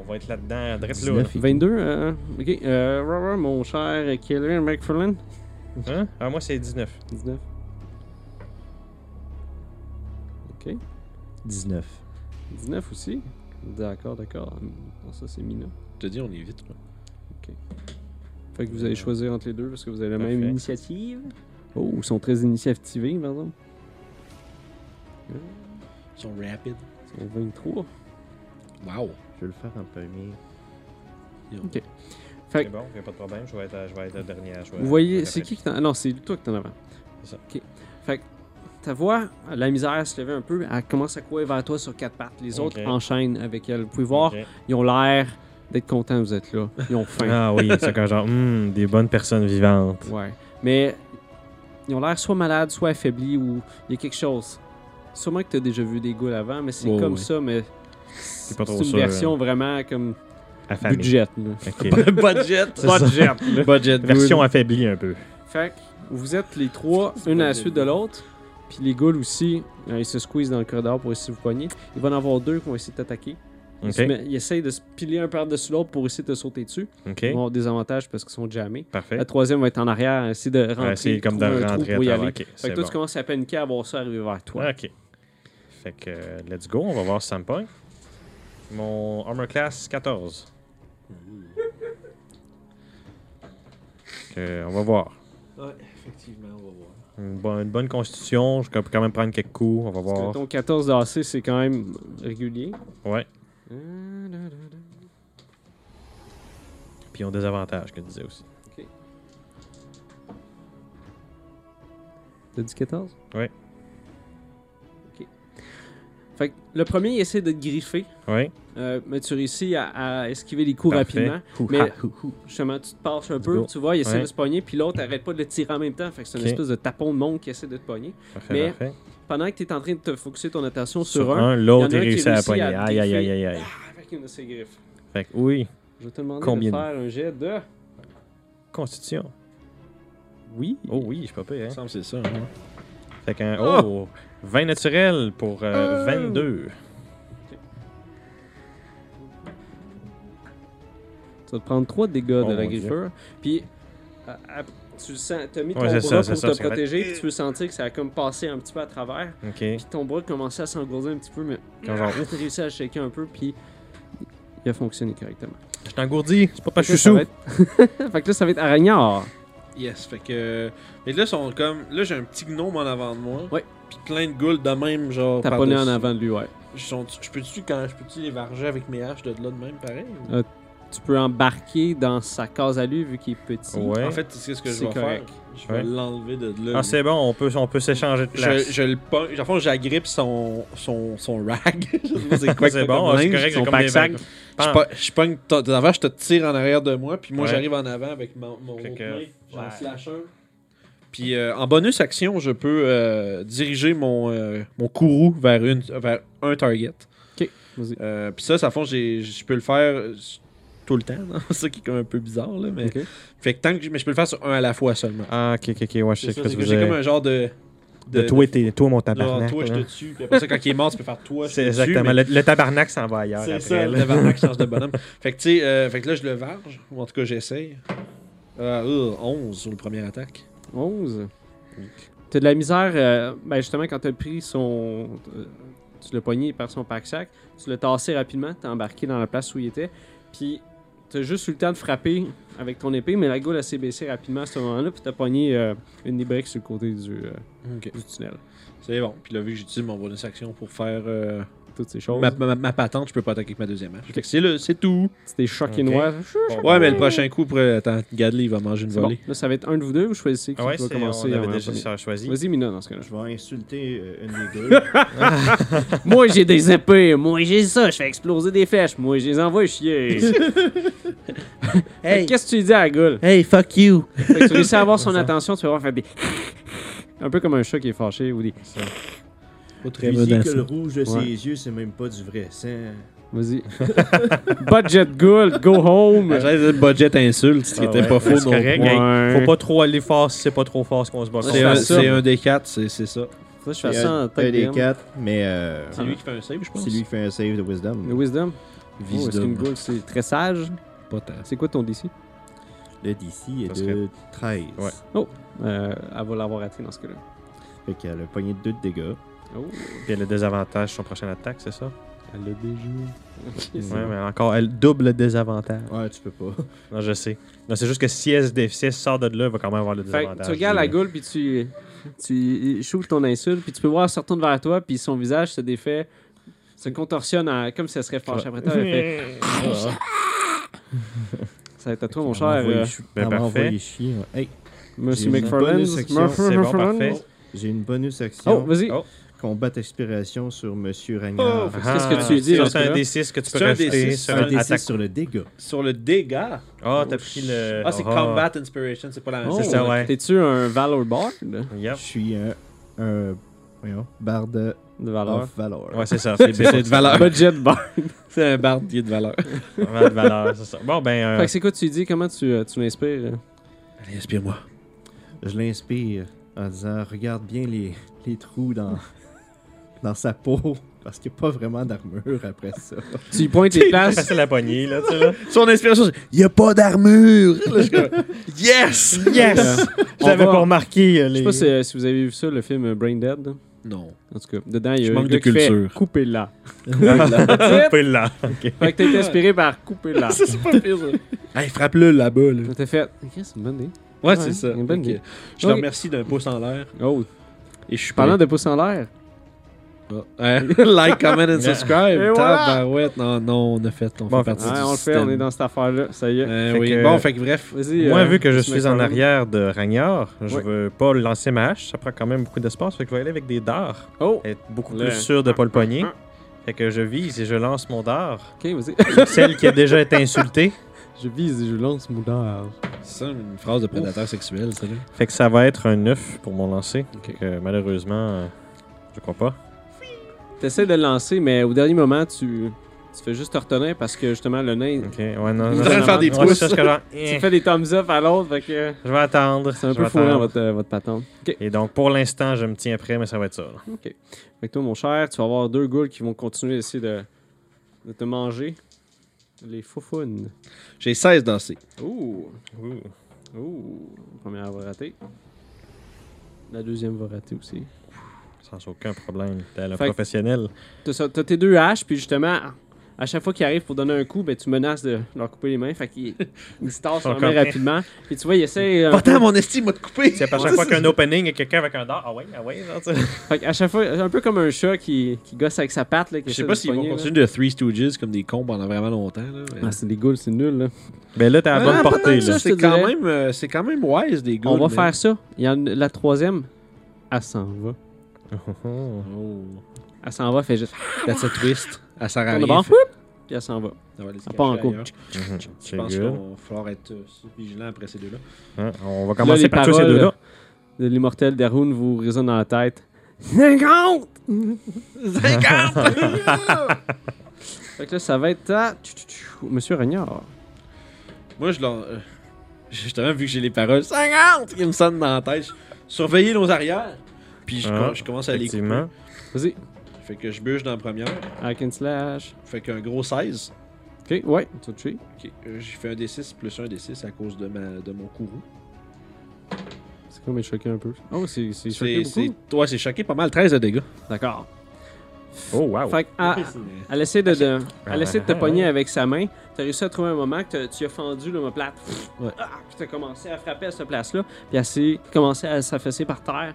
on va être là-dedans, dresse là.
19.
22, euh, ok. Euh, rah, rah, mon cher Kevin McFarlane.
Hein? Ah, moi, c'est 19.
19. Ok.
19.
19 aussi. D'accord, d'accord. Non, ça, c'est Mina.
Je te dis, on est vite. quoi.
Fait que vous allez choisir entre les deux parce que vous avez la
Parfait.
même initiative. Oh, ils sont très initiativés, par exemple.
Ils sont rapides.
Ils sont 23.
Wow!
Je vais le faire en premier.
Fait
C'est bon, y a pas de problème, je vais être, je vais être le dernier à jouer.
Vous voyez, c'est qui qui t'en... Ah Non, c'est toi qui t'en avant.
C'est ça.
OK. Fait que ta voix, la misère se levait un peu, elle commence à courir vers toi sur quatre pattes. Les autres
Ok.
enchaînent avec elle. Vous pouvez voir, ils ont l'air d'être contents que vous êtes là. Ils ont faim.
Ah oui, c'est comme genre, hmm, des bonnes personnes vivantes.
Ouais. Mais ils ont l'air soit malades, soit affaiblis, ou il y a quelque chose. Sûrement que tu as déjà vu des ghouls avant, mais c'est
Ouais,
comme
ouais.
ça, mais
T'es
c'est
pas trop euh,
une
sûr,
version vraiment comme
Affamées.
budget.
Ok.
Budget!
C'est ça.
Budget
Version
good.
affaiblie un peu.
Fait que vous êtes les trois, une à la suite de l'autre. Puis les ghouls aussi, euh, ils se squeezent dans le corridor pour essayer de vous pogner. Il va en avoir deux qui vont essayer de t'attaquer. Ils,
Ok.
se met- ils essayent de se piler un par-dessus l'autre pour essayer de te sauter dessus.
Ok.
Ils vont avoir des avantages parce qu'ils sont jamais.
Parfait.
La troisième va être en arrière, essayer de rentrer.
Ouais, c'est comme de
trouver un trou
rentrer à
pour y
travers.
aller.
Ok,
Fait
c'est
que toi,
bon.
tu commences à paniquer à voir ça arriver vers toi.
Ok. Fait que, euh, let's go, on va voir si ça me pogne. Mon armor class 14. Que, on va voir.
Ouais, effectivement, on va voir.
Une bonne, une bonne constitution, je peux quand même prendre quelques coups, on va
Parce que
voir.
ton 14 d'AC, c'est quand même régulier.
Ouais.
Euh,
Puis ils ont des avantages, que je disais aussi.
T'as dit 14?
Ouais.
Ok. Fait que le premier, il essaie de te griffer,
Ouais.
euh, mais tu réussis à, à esquiver les coups
Parfait.
rapidement. Mais- Justement, tu te passes un peu,
go.
tu vois, il essaie
Ouais.
de se pogner, puis l'autre arrête pas de le tirer en même temps. Fait que c'est une
Ok.
espèce de tapon de monde qui essaie de te pogner.
Parfait,
Mais-
parfait.
Pendant que tu es en train de te focuser ton attention sur,
Sur
un,
un, l'autre
il y en a
est
un qui
réussi à
réussit
pogner.
à
Aïe, aïe, aïe, aïe, aïe.
avec une de ses griffes.
Fait que oui,
Je vais te demander
Combien
de
de-
faire un jet de...
constitution.
Oui.
Oh oui, je suis pas pire,
Il me
hein.
semble que c'est ça. hein.
Fait qu'un,
Ah!
oh! 20 naturels pour euh, 22.
Tu vas te prendre 3 dégâts
Oh,
de la
mon Dieu.
griffure. Puis, à- à- tu le sens, t'as mis ton
Ouais,
bras
c'est ça, c'est
pour
ça,
te
c'est vrai.
protéger, puis tu veux sentir que ça a comme passé un petit peu à travers.
Ok.
Ah!
Puis ton bras commençait à s'engourdir un petit peu, mais
Quand genre, oh,
t'as réussi à shaker un peu, puis il a fonctionné correctement.
je t'engourdis, c'est pas parce que
Fait
je
que
suis
là,
sous.
ça va être- fait que là, ça va être Aragnard.
Yes, fait que. Mais là, ils sont comme. Là, j'ai un petit gnome en avant de moi.
Ouais.
Puis plein de ghouls de même, genre.
T'as
par-dessus.
poney en avant de lui, ouais.
Ils sont- Je peux-tu quand je peux-tu les varger avec mes haches de là de même, pareil? ou-
Euh, tu peux embarquer dans sa case à lui vu qu'il est petit.
Ouais.
En fait, c'est ce que je
C'est
vais
correct.
faire. Je vais
Ouais.
l'enlever de là.
Ah, c'est bon, on peut, on peut s'échanger de place.
je, je le punch. En fait, j'agrippe son, son, son rag. Je sais pas c'est quoi
C'est
ça
bon,
comme
hein, c'est
linge.
correct, j'ai
Son
comme des
pack-sac.
vagues.
Je
Pam.
po- Je pogne. ton- D'abord, je te tire en arrière de moi, puis moi,
Ouais.
j'arrive en avant avec mon, mon
Fait
autre
que-
main. J'ai un
ouais.
slasher. Puis euh, en bonus action, je peux euh, diriger mon, euh, mon courroux vers, une, vers un target.
Ok, vas-y.
Euh, puis ça, ça fond, j'ai- je peux le faire euh, tout le temps. non? C'est ça qui est comme un peu bizarre, là. Mais,
Ok.
fait que tant que j- mais je peux le faire sur un à la fois seulement.
Ah, ok, ok, ok, ouais, je
C'est
sais
ça,
que
c'est
vous
que j'ai
avez-
comme un genre de.
de, toi, t'es- toi, mon
Genre,
tabarnak.
toi, je
là.
te tue. Puis après ça, quand il est mort, tu peux faire toi, je te
C'est
tue.
exactement.
mais-
Le, le tabarnak s'en va ailleurs.
C'est
après,
ça, le
là.
tabarnak change de bonhomme. Fait que, tu sais, euh, fait que là, je le varge, ou en tout cas, j'essaye. Ah, euh, 11 sur le premier attaque.
11. T'as de la misère, euh, ben justement, quand t'as pris son. euh, tu l'as pogné par son pack-sac, tu l'as tassé rapidement, t'as embarqué dans la place où il était, puis t'as juste eu le temps de frapper avec ton épée, mais la goule a s'est baissée rapidement à ce moment-là, puis t'as pogné euh, une des briques sur le côté du, euh,
Ok.
du tunnel.
C'est bon. Puis là, vu que j'utilise mon bonus action pour faire euh,
Toutes ces choses.
ma, ma- ma patente, je peux pas attaquer avec ma deuxième hache. Fait que c'est le- c'est tout.
C'était choqué
Ok.
noir.
Bon,
Ouais, mais le prochain coup, pour, euh, attends, Gadley, il va manger une
C'est bon.
volée.
Là, ça va être un de vous deux, vous choisissez qui
Ah ouais,
va
c'est- on
commencer.
avait
en
déjà
premier.
ça choisi.
Vas-y, Mina, dans ce cas-là.
Je vais insulter euh, une des deux.
Moi, j'ai des épées. Moi, j'ai ça. Je fais exploser des flèches. Moi, je les envoie chier.
Fait que Qu'est-ce que tu lui dis à la gueule?
hey, fuck you!
Fait que tu réussis à avoir son attention, tu vas voir faire des. Un peu comme un chat qui est fâché ou des.
Pas très
Puis
modeste.
que le rouge de ses
Ouais.
yeux, c'est même pas du vrai sang.
Vas-y. Budget goal, go home!
J'allais dire budget insulte, ce qui
Ah
était
ouais,
pas faux
c'est
non
correct.
plus.
Hey,
Ouais.
Faut pas trop aller fort si c'est pas trop fort ce qu'on se bat.
Hein? C'est
On
un,
fait ça.
c'est un des quatre, c'est c'est ça.
Faut que je
C'est
fasse ça en
un
tête
des
DM.
quatre, mais euh,
C'est lui qui fait un save, je pense.
c'est lui qui fait un save de wisdom.
Le wisdom? Oh,
Vise
est-ce qu'une goal c'est très sage? C'est quoi ton DC?
Le DC est
Ça
de 13.
Ouais.
Euh, elle va l'avoir raté dans ce cas-là.
Fait qu'elle a pogné 2 de dégâts.
Oh,
Puis le désavantage, sur son prochain attaque, c'est ça?
elle l'a déjà.
Ouais, mais encore, elle double le désavantage.
Ouais, tu peux pas.
Non, je sais. Non, c'est juste que si elle, se dé- si elle sort de là, elle va quand même avoir le
Fait
désavantage.
que tu regardes la goule puis tu, tu shoots ton insulte puis tu peux voir elle se retourne vers toi puis son visage se défait, se contorsionne en- comme si elle serait fâchée après toi. Elle fait,
Ah,
ça va être à toi mon cher euh,
Ben,
Elle m'a
parfait.
envoyé chier. ouais. Hey,
Monsieur
J'ai une
McFarland.
bonus action.
Murphy
C'est bon,
McFarland.
parfait.
j'ai une bonus action.
Oh, vas-y.
Oh.
Combat expiration sur Monsieur Ragnar.
Qu'est-ce que tu dis
Ah, c'est
dans
juste
ce
un
cas-là?
D6 que tu
C'est
peux
un
rajouter
D6,
sur
Oh, un
une
D6
attaque.
sur le dégât.
Sur le dégât.
Ah, t'as pris le.
Ah, c'est
Ah.
Combat Inspiration, c'est pas la même
Oh,
C'est ça, ouais.
T'es-tu un Valor Bard?
Yep.
Je suis un, un voyons, barde
De valeur.
of valor.
Ouais, c'est ça. C'est
C'est de valeur.
Budget bar.
C'est un bardier de valeur.
Vraiment de valeur, c'est ça. Bon, ben.
Fait
euh,
que c'est quoi tu dis? Comment tu, euh, tu l'inspires?
Allez, inspire-moi.
Je l'inspire en disant regarde bien les, les trous dans, dans sa peau. Parce qu'il n'y a pas vraiment d'armure après ça.
Tu lui pointes les places.
c'est la poignée, là, tu sais, là.
Son inspiration, c'est Il n'y a pas d'armure! Là, je suis comme, yes!
Yes!
On va-
Euh, J'avais pas remarqué euh,
Je
les.
sais pas si, euh, si vous avez vu ça, le film euh, Brain Dead.
Non.
En tout cas, dedans, il y
Je
a un
manque
gars
de
qui fait
culture.
couper là.
Pas là.
Fait que t'es inspiré par couper là.
c'est pas pire, ça. Hey, frappe-le là-bas, là.
T'as fait. Ok, c'est une bonne idée.
Ouais,
Ouais,
c'est ça.
une bonne
Ok.
idée.
Je te
Ok.
remercie d'un pouce en l'air.
Oh,
Et je suis
parlant de pouce en l'air.
prêt. Ah. Eh, like, comment and subscribe.
Et voilà.
Tabarouette. Non, non, on a fait. On
Bon,
fait partie
Ouais,
du
on le fait,
système.
on est dans cette affaire-là. Ça y est.
Eh
Fait
oui.
que-
Bon, fait que bref.
Vas-y.
Euh, Moi,
euh,
vu que je
Monsieur
suis en
McFarland.
arrière de Ragnar, je
Oui.
veux pas lancer ma hache. Ça prend quand même beaucoup d'espace. Fait que je vais aller avec des dards.
Oh,
Être beaucoup
Le- Ah,
plus sûr de pas le pogner. Fait que je vise et je lance mon dard.
ok, vas-y.
sur Celle qui a déjà été insultée.
je vise et je lance mon dard.
C'est ça, une phrase de prédateur sexuel, ça, là.
Fait que ça va être un 9 pour mon lancer.
Ok.
Que malheureusement, euh, je crois pas.
T'essaies de le lancer, mais au dernier moment, tu, tu fais juste te retenir parce que justement, le nain.
Ok, ouais, non. non,
Il est en
non,
train de
non,
faire des
non, ouais,
pouces.
c'est ça, ce que genre,
Tu
eh,
fais des thumbs up à l'autre, fait que.
Je vais attendre.
C'est un
je
peu
vais
fourré
attendre.
votre, euh, votre patente. Ok.
Et donc, pour l'instant, je me tiens prêt, mais ça va être ça. là.
Fait que toi, mon cher, tu vas avoir deux ghouls qui vont continuer d'essayer de, de te manger. Les foufounes.
J'ai 16 dansés.
Ouh!
Ouh.
Ouh! La première va rater. La deuxième va rater aussi.
Sans aucun problème. T'es à la
Fait que-
professionnelle.
T'as ça- t'as tes deux haches, puis justement, à chaque fois qu'ils arrivent pour donner un coup, ben, tu menaces de leur couper les mains. Fait qu'ils ils se tassent
Sont
leur main
comme-
rapidement. Puis tu vois, ils essaient. euh,
Pourtant, mon estime m'a coupé.
C'est à chaque fois qu'un opening et quelqu'un avec un dard, ah ouais, ah ouais, genre, tu sais.
fait qu'à chaque fois, un peu comme un chat qui, qui gosse avec sa patte. Là, qui
Je sais
essaie
pas
de
s'ils vont
pogner, là.
continuer de Three Stooges comme des cons pendant vraiment longtemps. là, mais-
Ah, c'est des ghouls, c'est nul. Là.
Ben là, t'es à la
Ah,
bonne
peut-être
portée,
ça,
là.
je
C'est
te
quand,
dirais.
même, euh, c'est quand même wise des gars.
On va faire ça. Il y en a- la troisième, elle s'en va.
Hmm,
Elle s'en va, elle fait juste.
Oh. That's a twist. À Sarah
Tourne de
rien
bord,
fait.
Puis elle s'en va.
On va aller se
Elle part en
cacher
cours.
ailleurs.
Mhm,
Je
C'est
pense
good.
qu'on va falloir être euh, vigilant après ces deux-là.
Hein, On va
Là,
commencer
les
par tuer ces
paroles,
deux-là.
de L'immortel d'Arun vous résonne dans la tête.
50!
Fait que là, ça va être à. Monsieur Ragnard.
Moi, je l'en. euh, Justement, vu que j'ai les paroles 50 qui me sonnent dans la tête, je- surveillez nos arrières. Puis je,
Ah,
com- je commence à les couper.
Effectivement.
Vas-y.
Fait que je bûche dans la première.
Hack and slash.
Fait qu'un gros 16.
Ok, ouais, tu vas toucher.
Ok, euh, J'ai fait un D6 plus un D6 à cause de, ma, de mon courroux.
C'est comme choqué un peu. Oh, c'est c'est choqué
C'est.
beaucoup.
c'est- Ouais, c'est choqué pas mal. 13 de dégâts.
D'accord.
Oh, wow.
Fait que, à-
Ah,
Elle essaie de, de- elle essaie de te
Ah, ah,
pogner
ah.
avec sa main. Tu as réussi à trouver un moment que t'as- tu as fendu l'homoplate.
Ouais.
Ah, puis tu as commencé à frapper à cette place-là. Puis elle s'est commencé à s'affaisser par terre.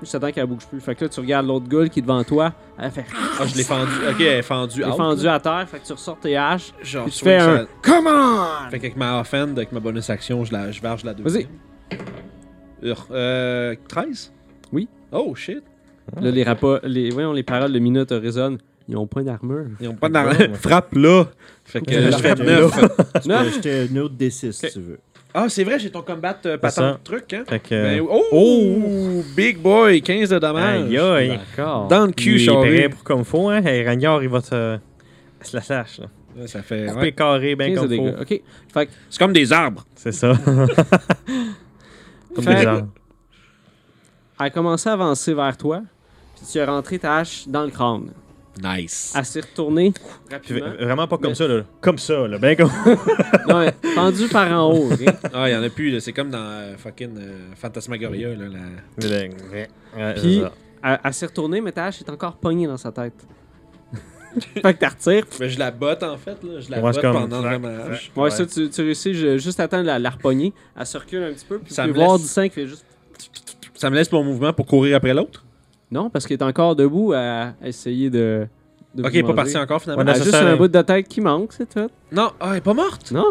Juste attends qu'elle bouge plus. Fait que là, tu regardes l'autre gueule qui est devant toi. Elle fait
Ah, je l'ai fendu. Ok, elle est fendue.
elle est
out.
fendue à terre. Fait que tu ressors tes haches.
Genre,
Puis tu
swing
fais
ça-
un Come on!
Fait qu'avec ma offend, avec ma bonus action, je, la, je verge la deuxième. Vas-y. Euh, 13?
Oui.
Oh shit.
Là, les, rapas, les, voyons, les paroles de Minute résonnent. Ils ont pas d'armure.
Ils ont pas de Frappe là. Fait que
Ouais,
je fais
frappe
9.
Tu peux acheter un autre D6 si
Ok.
tu veux.
Ah, c'est vrai, j'ai ton combat euh,
ça.
patent truc, hein.
Fait que.
Ben,
euh,
oh, Big boy, 15 de dommages.
Aïe, aïe.
D'accord.
Dans le cul,
Il est prêt
Charlie.
pour comme faut, hein. Hey, Ragnard, il va te. se la slash, là.
Ouais, Ça fait.
Coupé
ouais.
carré,
15
ben
de
comme
dégâts.
faut.
Ok. Fait que
C'est comme des arbres.
C'est ça. comme
Fait
des
que-
arbres.
elle a commencé à avancer vers toi. Puis tu as rentré ta hache dans le crâne.
Nice.
Elle s'est retournée
Puis v-
rapidement.
Vraiment pas comme
Mais-
ça, là. Comme ça, là. Ben comme.
Non, mais pendu par en haut. ok?
Ah, il y en a plus. là. C'est comme dans euh, fucking euh, Fantasmagoria là. La...
Ouais,
Puis-
c'est ça.
Elle, elle s'est retournée, mais ta hache est encore pognée dans sa tête. fait que t'as retiré.
Mais Ben, je la botte en fait là. Je la
Ouais, c'est
botte
comme-
pendant le dommage.
Ouais, ça, tu, tu réussis je- juste à temps de la, la repogner. Elle circule un petit peu, puis
Ça
tu
me
peux voir
laisse-
du sang qui fait juste.
Ça me laisse mon mouvement pour courir après l'autre.
Non, parce qu'elle est encore debout à essayer de. de
Ok, pas
vous manger.
parti encore finalement.
Elle a
Ouais,
juste
ça,
un
elle-
bout de tête qui manque, c'est tout.
Non, ah, elle est pas morte.
Non?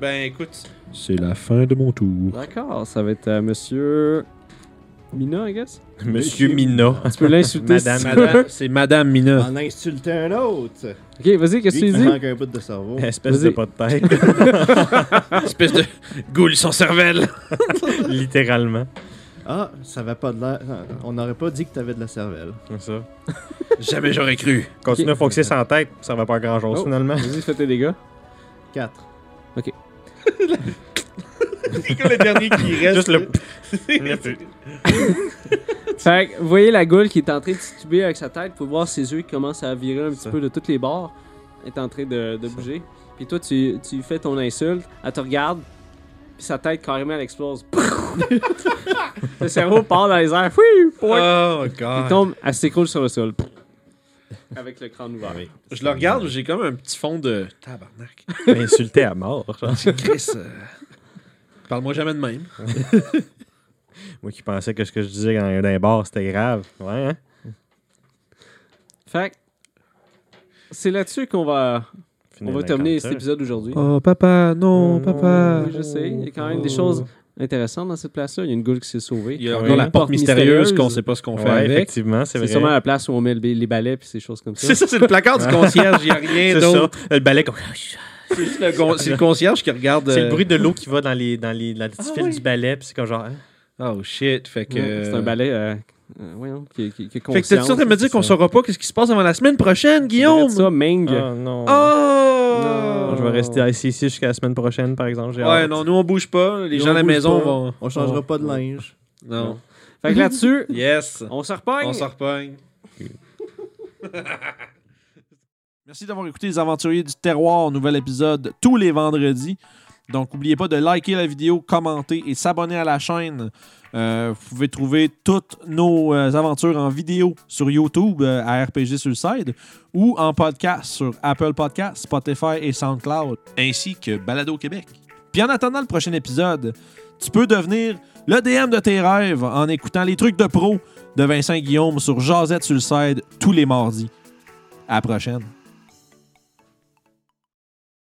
Ben écoute. C'est la fin de mon tour.
D'accord, ça va être à monsieur. Mina, I guess.
Monsieur Mina.
Tu peux l'insulter. si
Madame.
tu veux.
Madame- c'est Madame Mina.
En insultant un autre.
Ok, vas-y, qu'est-ce que
Lui
tu
qui
dis?
manque un bout de cerveau.
Eh.
Espèce de
Vas-y.
pas de tête.
Espèce de goule sans cervelle.
Littéralement.
Ah, ça va pas de l'air. ah, On n'aurait pas dit que t'avais de la cervelle.
Comme ça.
Jamais j'aurais cru.
Continue à focuser sans tête, ça va pas grand chose
Oh.
finalement.
Vas-y, fais tes dégâts.
4.
C'est comme le dernier qui reste.
Juste le.
Fait que, vous voyez la goule qui est en train de tituber avec sa tête, vous pouvez voir ses yeux qui commencent à virer un petit
Ça.
peu de tous les bords, Elle est en train de, de bouger. Puis toi, tu, tu lui fais ton insulte, elle te regarde, puis sa tête carrément elle explose. le cerveau part dans les airs, oui, point.
Oh
Elle
god.
tombe, elle s'écroule sur le sol. Avec le crâne ouvert.
Je le regarde, j'ai comme un petit fond de tabarnak.
Insulté à mort. genre.
Chris. euh, Parle-moi jamais de même.
Moi qui pensais que ce que je disais dans, dans les bars c'était grave. Ouais, hein?
Fait que, c'est là-dessus qu'on va, on va terminer cet épisode aujourd'hui.
Oh, papa, non, papa.
Oui, je sais, il y a quand même des choses intéressantes dans cette place-là. Il y a une goule qui s'est sauvée.
Il y a
Oui.
encore la porte mystérieuse qu'on sait pas ce qu'on
On
fait avec.
effectivement, c'est
C'est
vrai.
sûrement la place où on met le- les balais puis ces choses comme ça.
C'est ça, c'est le placard du concierge, il y a rien
C'est ça.
d'autre.
Le balai comme.
C'est juste le, con- c'est le concierge qui regarde.
C'est le
euh,
bruit de l'eau qui va dans les dans les la petite
Ah
file
oui.
du balai, puis c'est comme genre. hein?
Oh shit, fait que.
Ouais, C'est un balai, euh, euh, voyons, qui, qui, qui est
Fait que t'es sûr de me dire qu'on
ça.
saura pas qu'est-ce qui se passe avant la semaine prochaine, Guillaume?
ça, Ming.
Ah,
hein.
non.
Oh!
Je vais rester ici, ici jusqu'à la semaine prochaine, par exemple. j'ai
Ouais,
hâte.
non, nous on bouge pas. Les
Nous,
gens
on
à la
bouge
maison
pas.
vont.
On changera
Oh.
pas de linge.
Non.
Fait que là-dessus,
Yes!
on se repogne.
On s'en repogne. Merci d'avoir écouté Les Aventuriers du Terroir, nouvel épisode tous les vendredis. Donc, n'oubliez pas de liker la vidéo, commenter et s'abonner à la chaîne. Euh, vous pouvez trouver toutes nos euh, aventures en vidéo sur YouTube euh, à RPG Suicide ou en podcast sur Apple Podcasts, Spotify et SoundCloud, ainsi que Balado Québec. Puis en attendant le prochain épisode, tu peux devenir le DM de tes rêves en écoutant les trucs de pro de Vincent Guillaume sur Jazette Suicide tous les mardis. À la prochaine.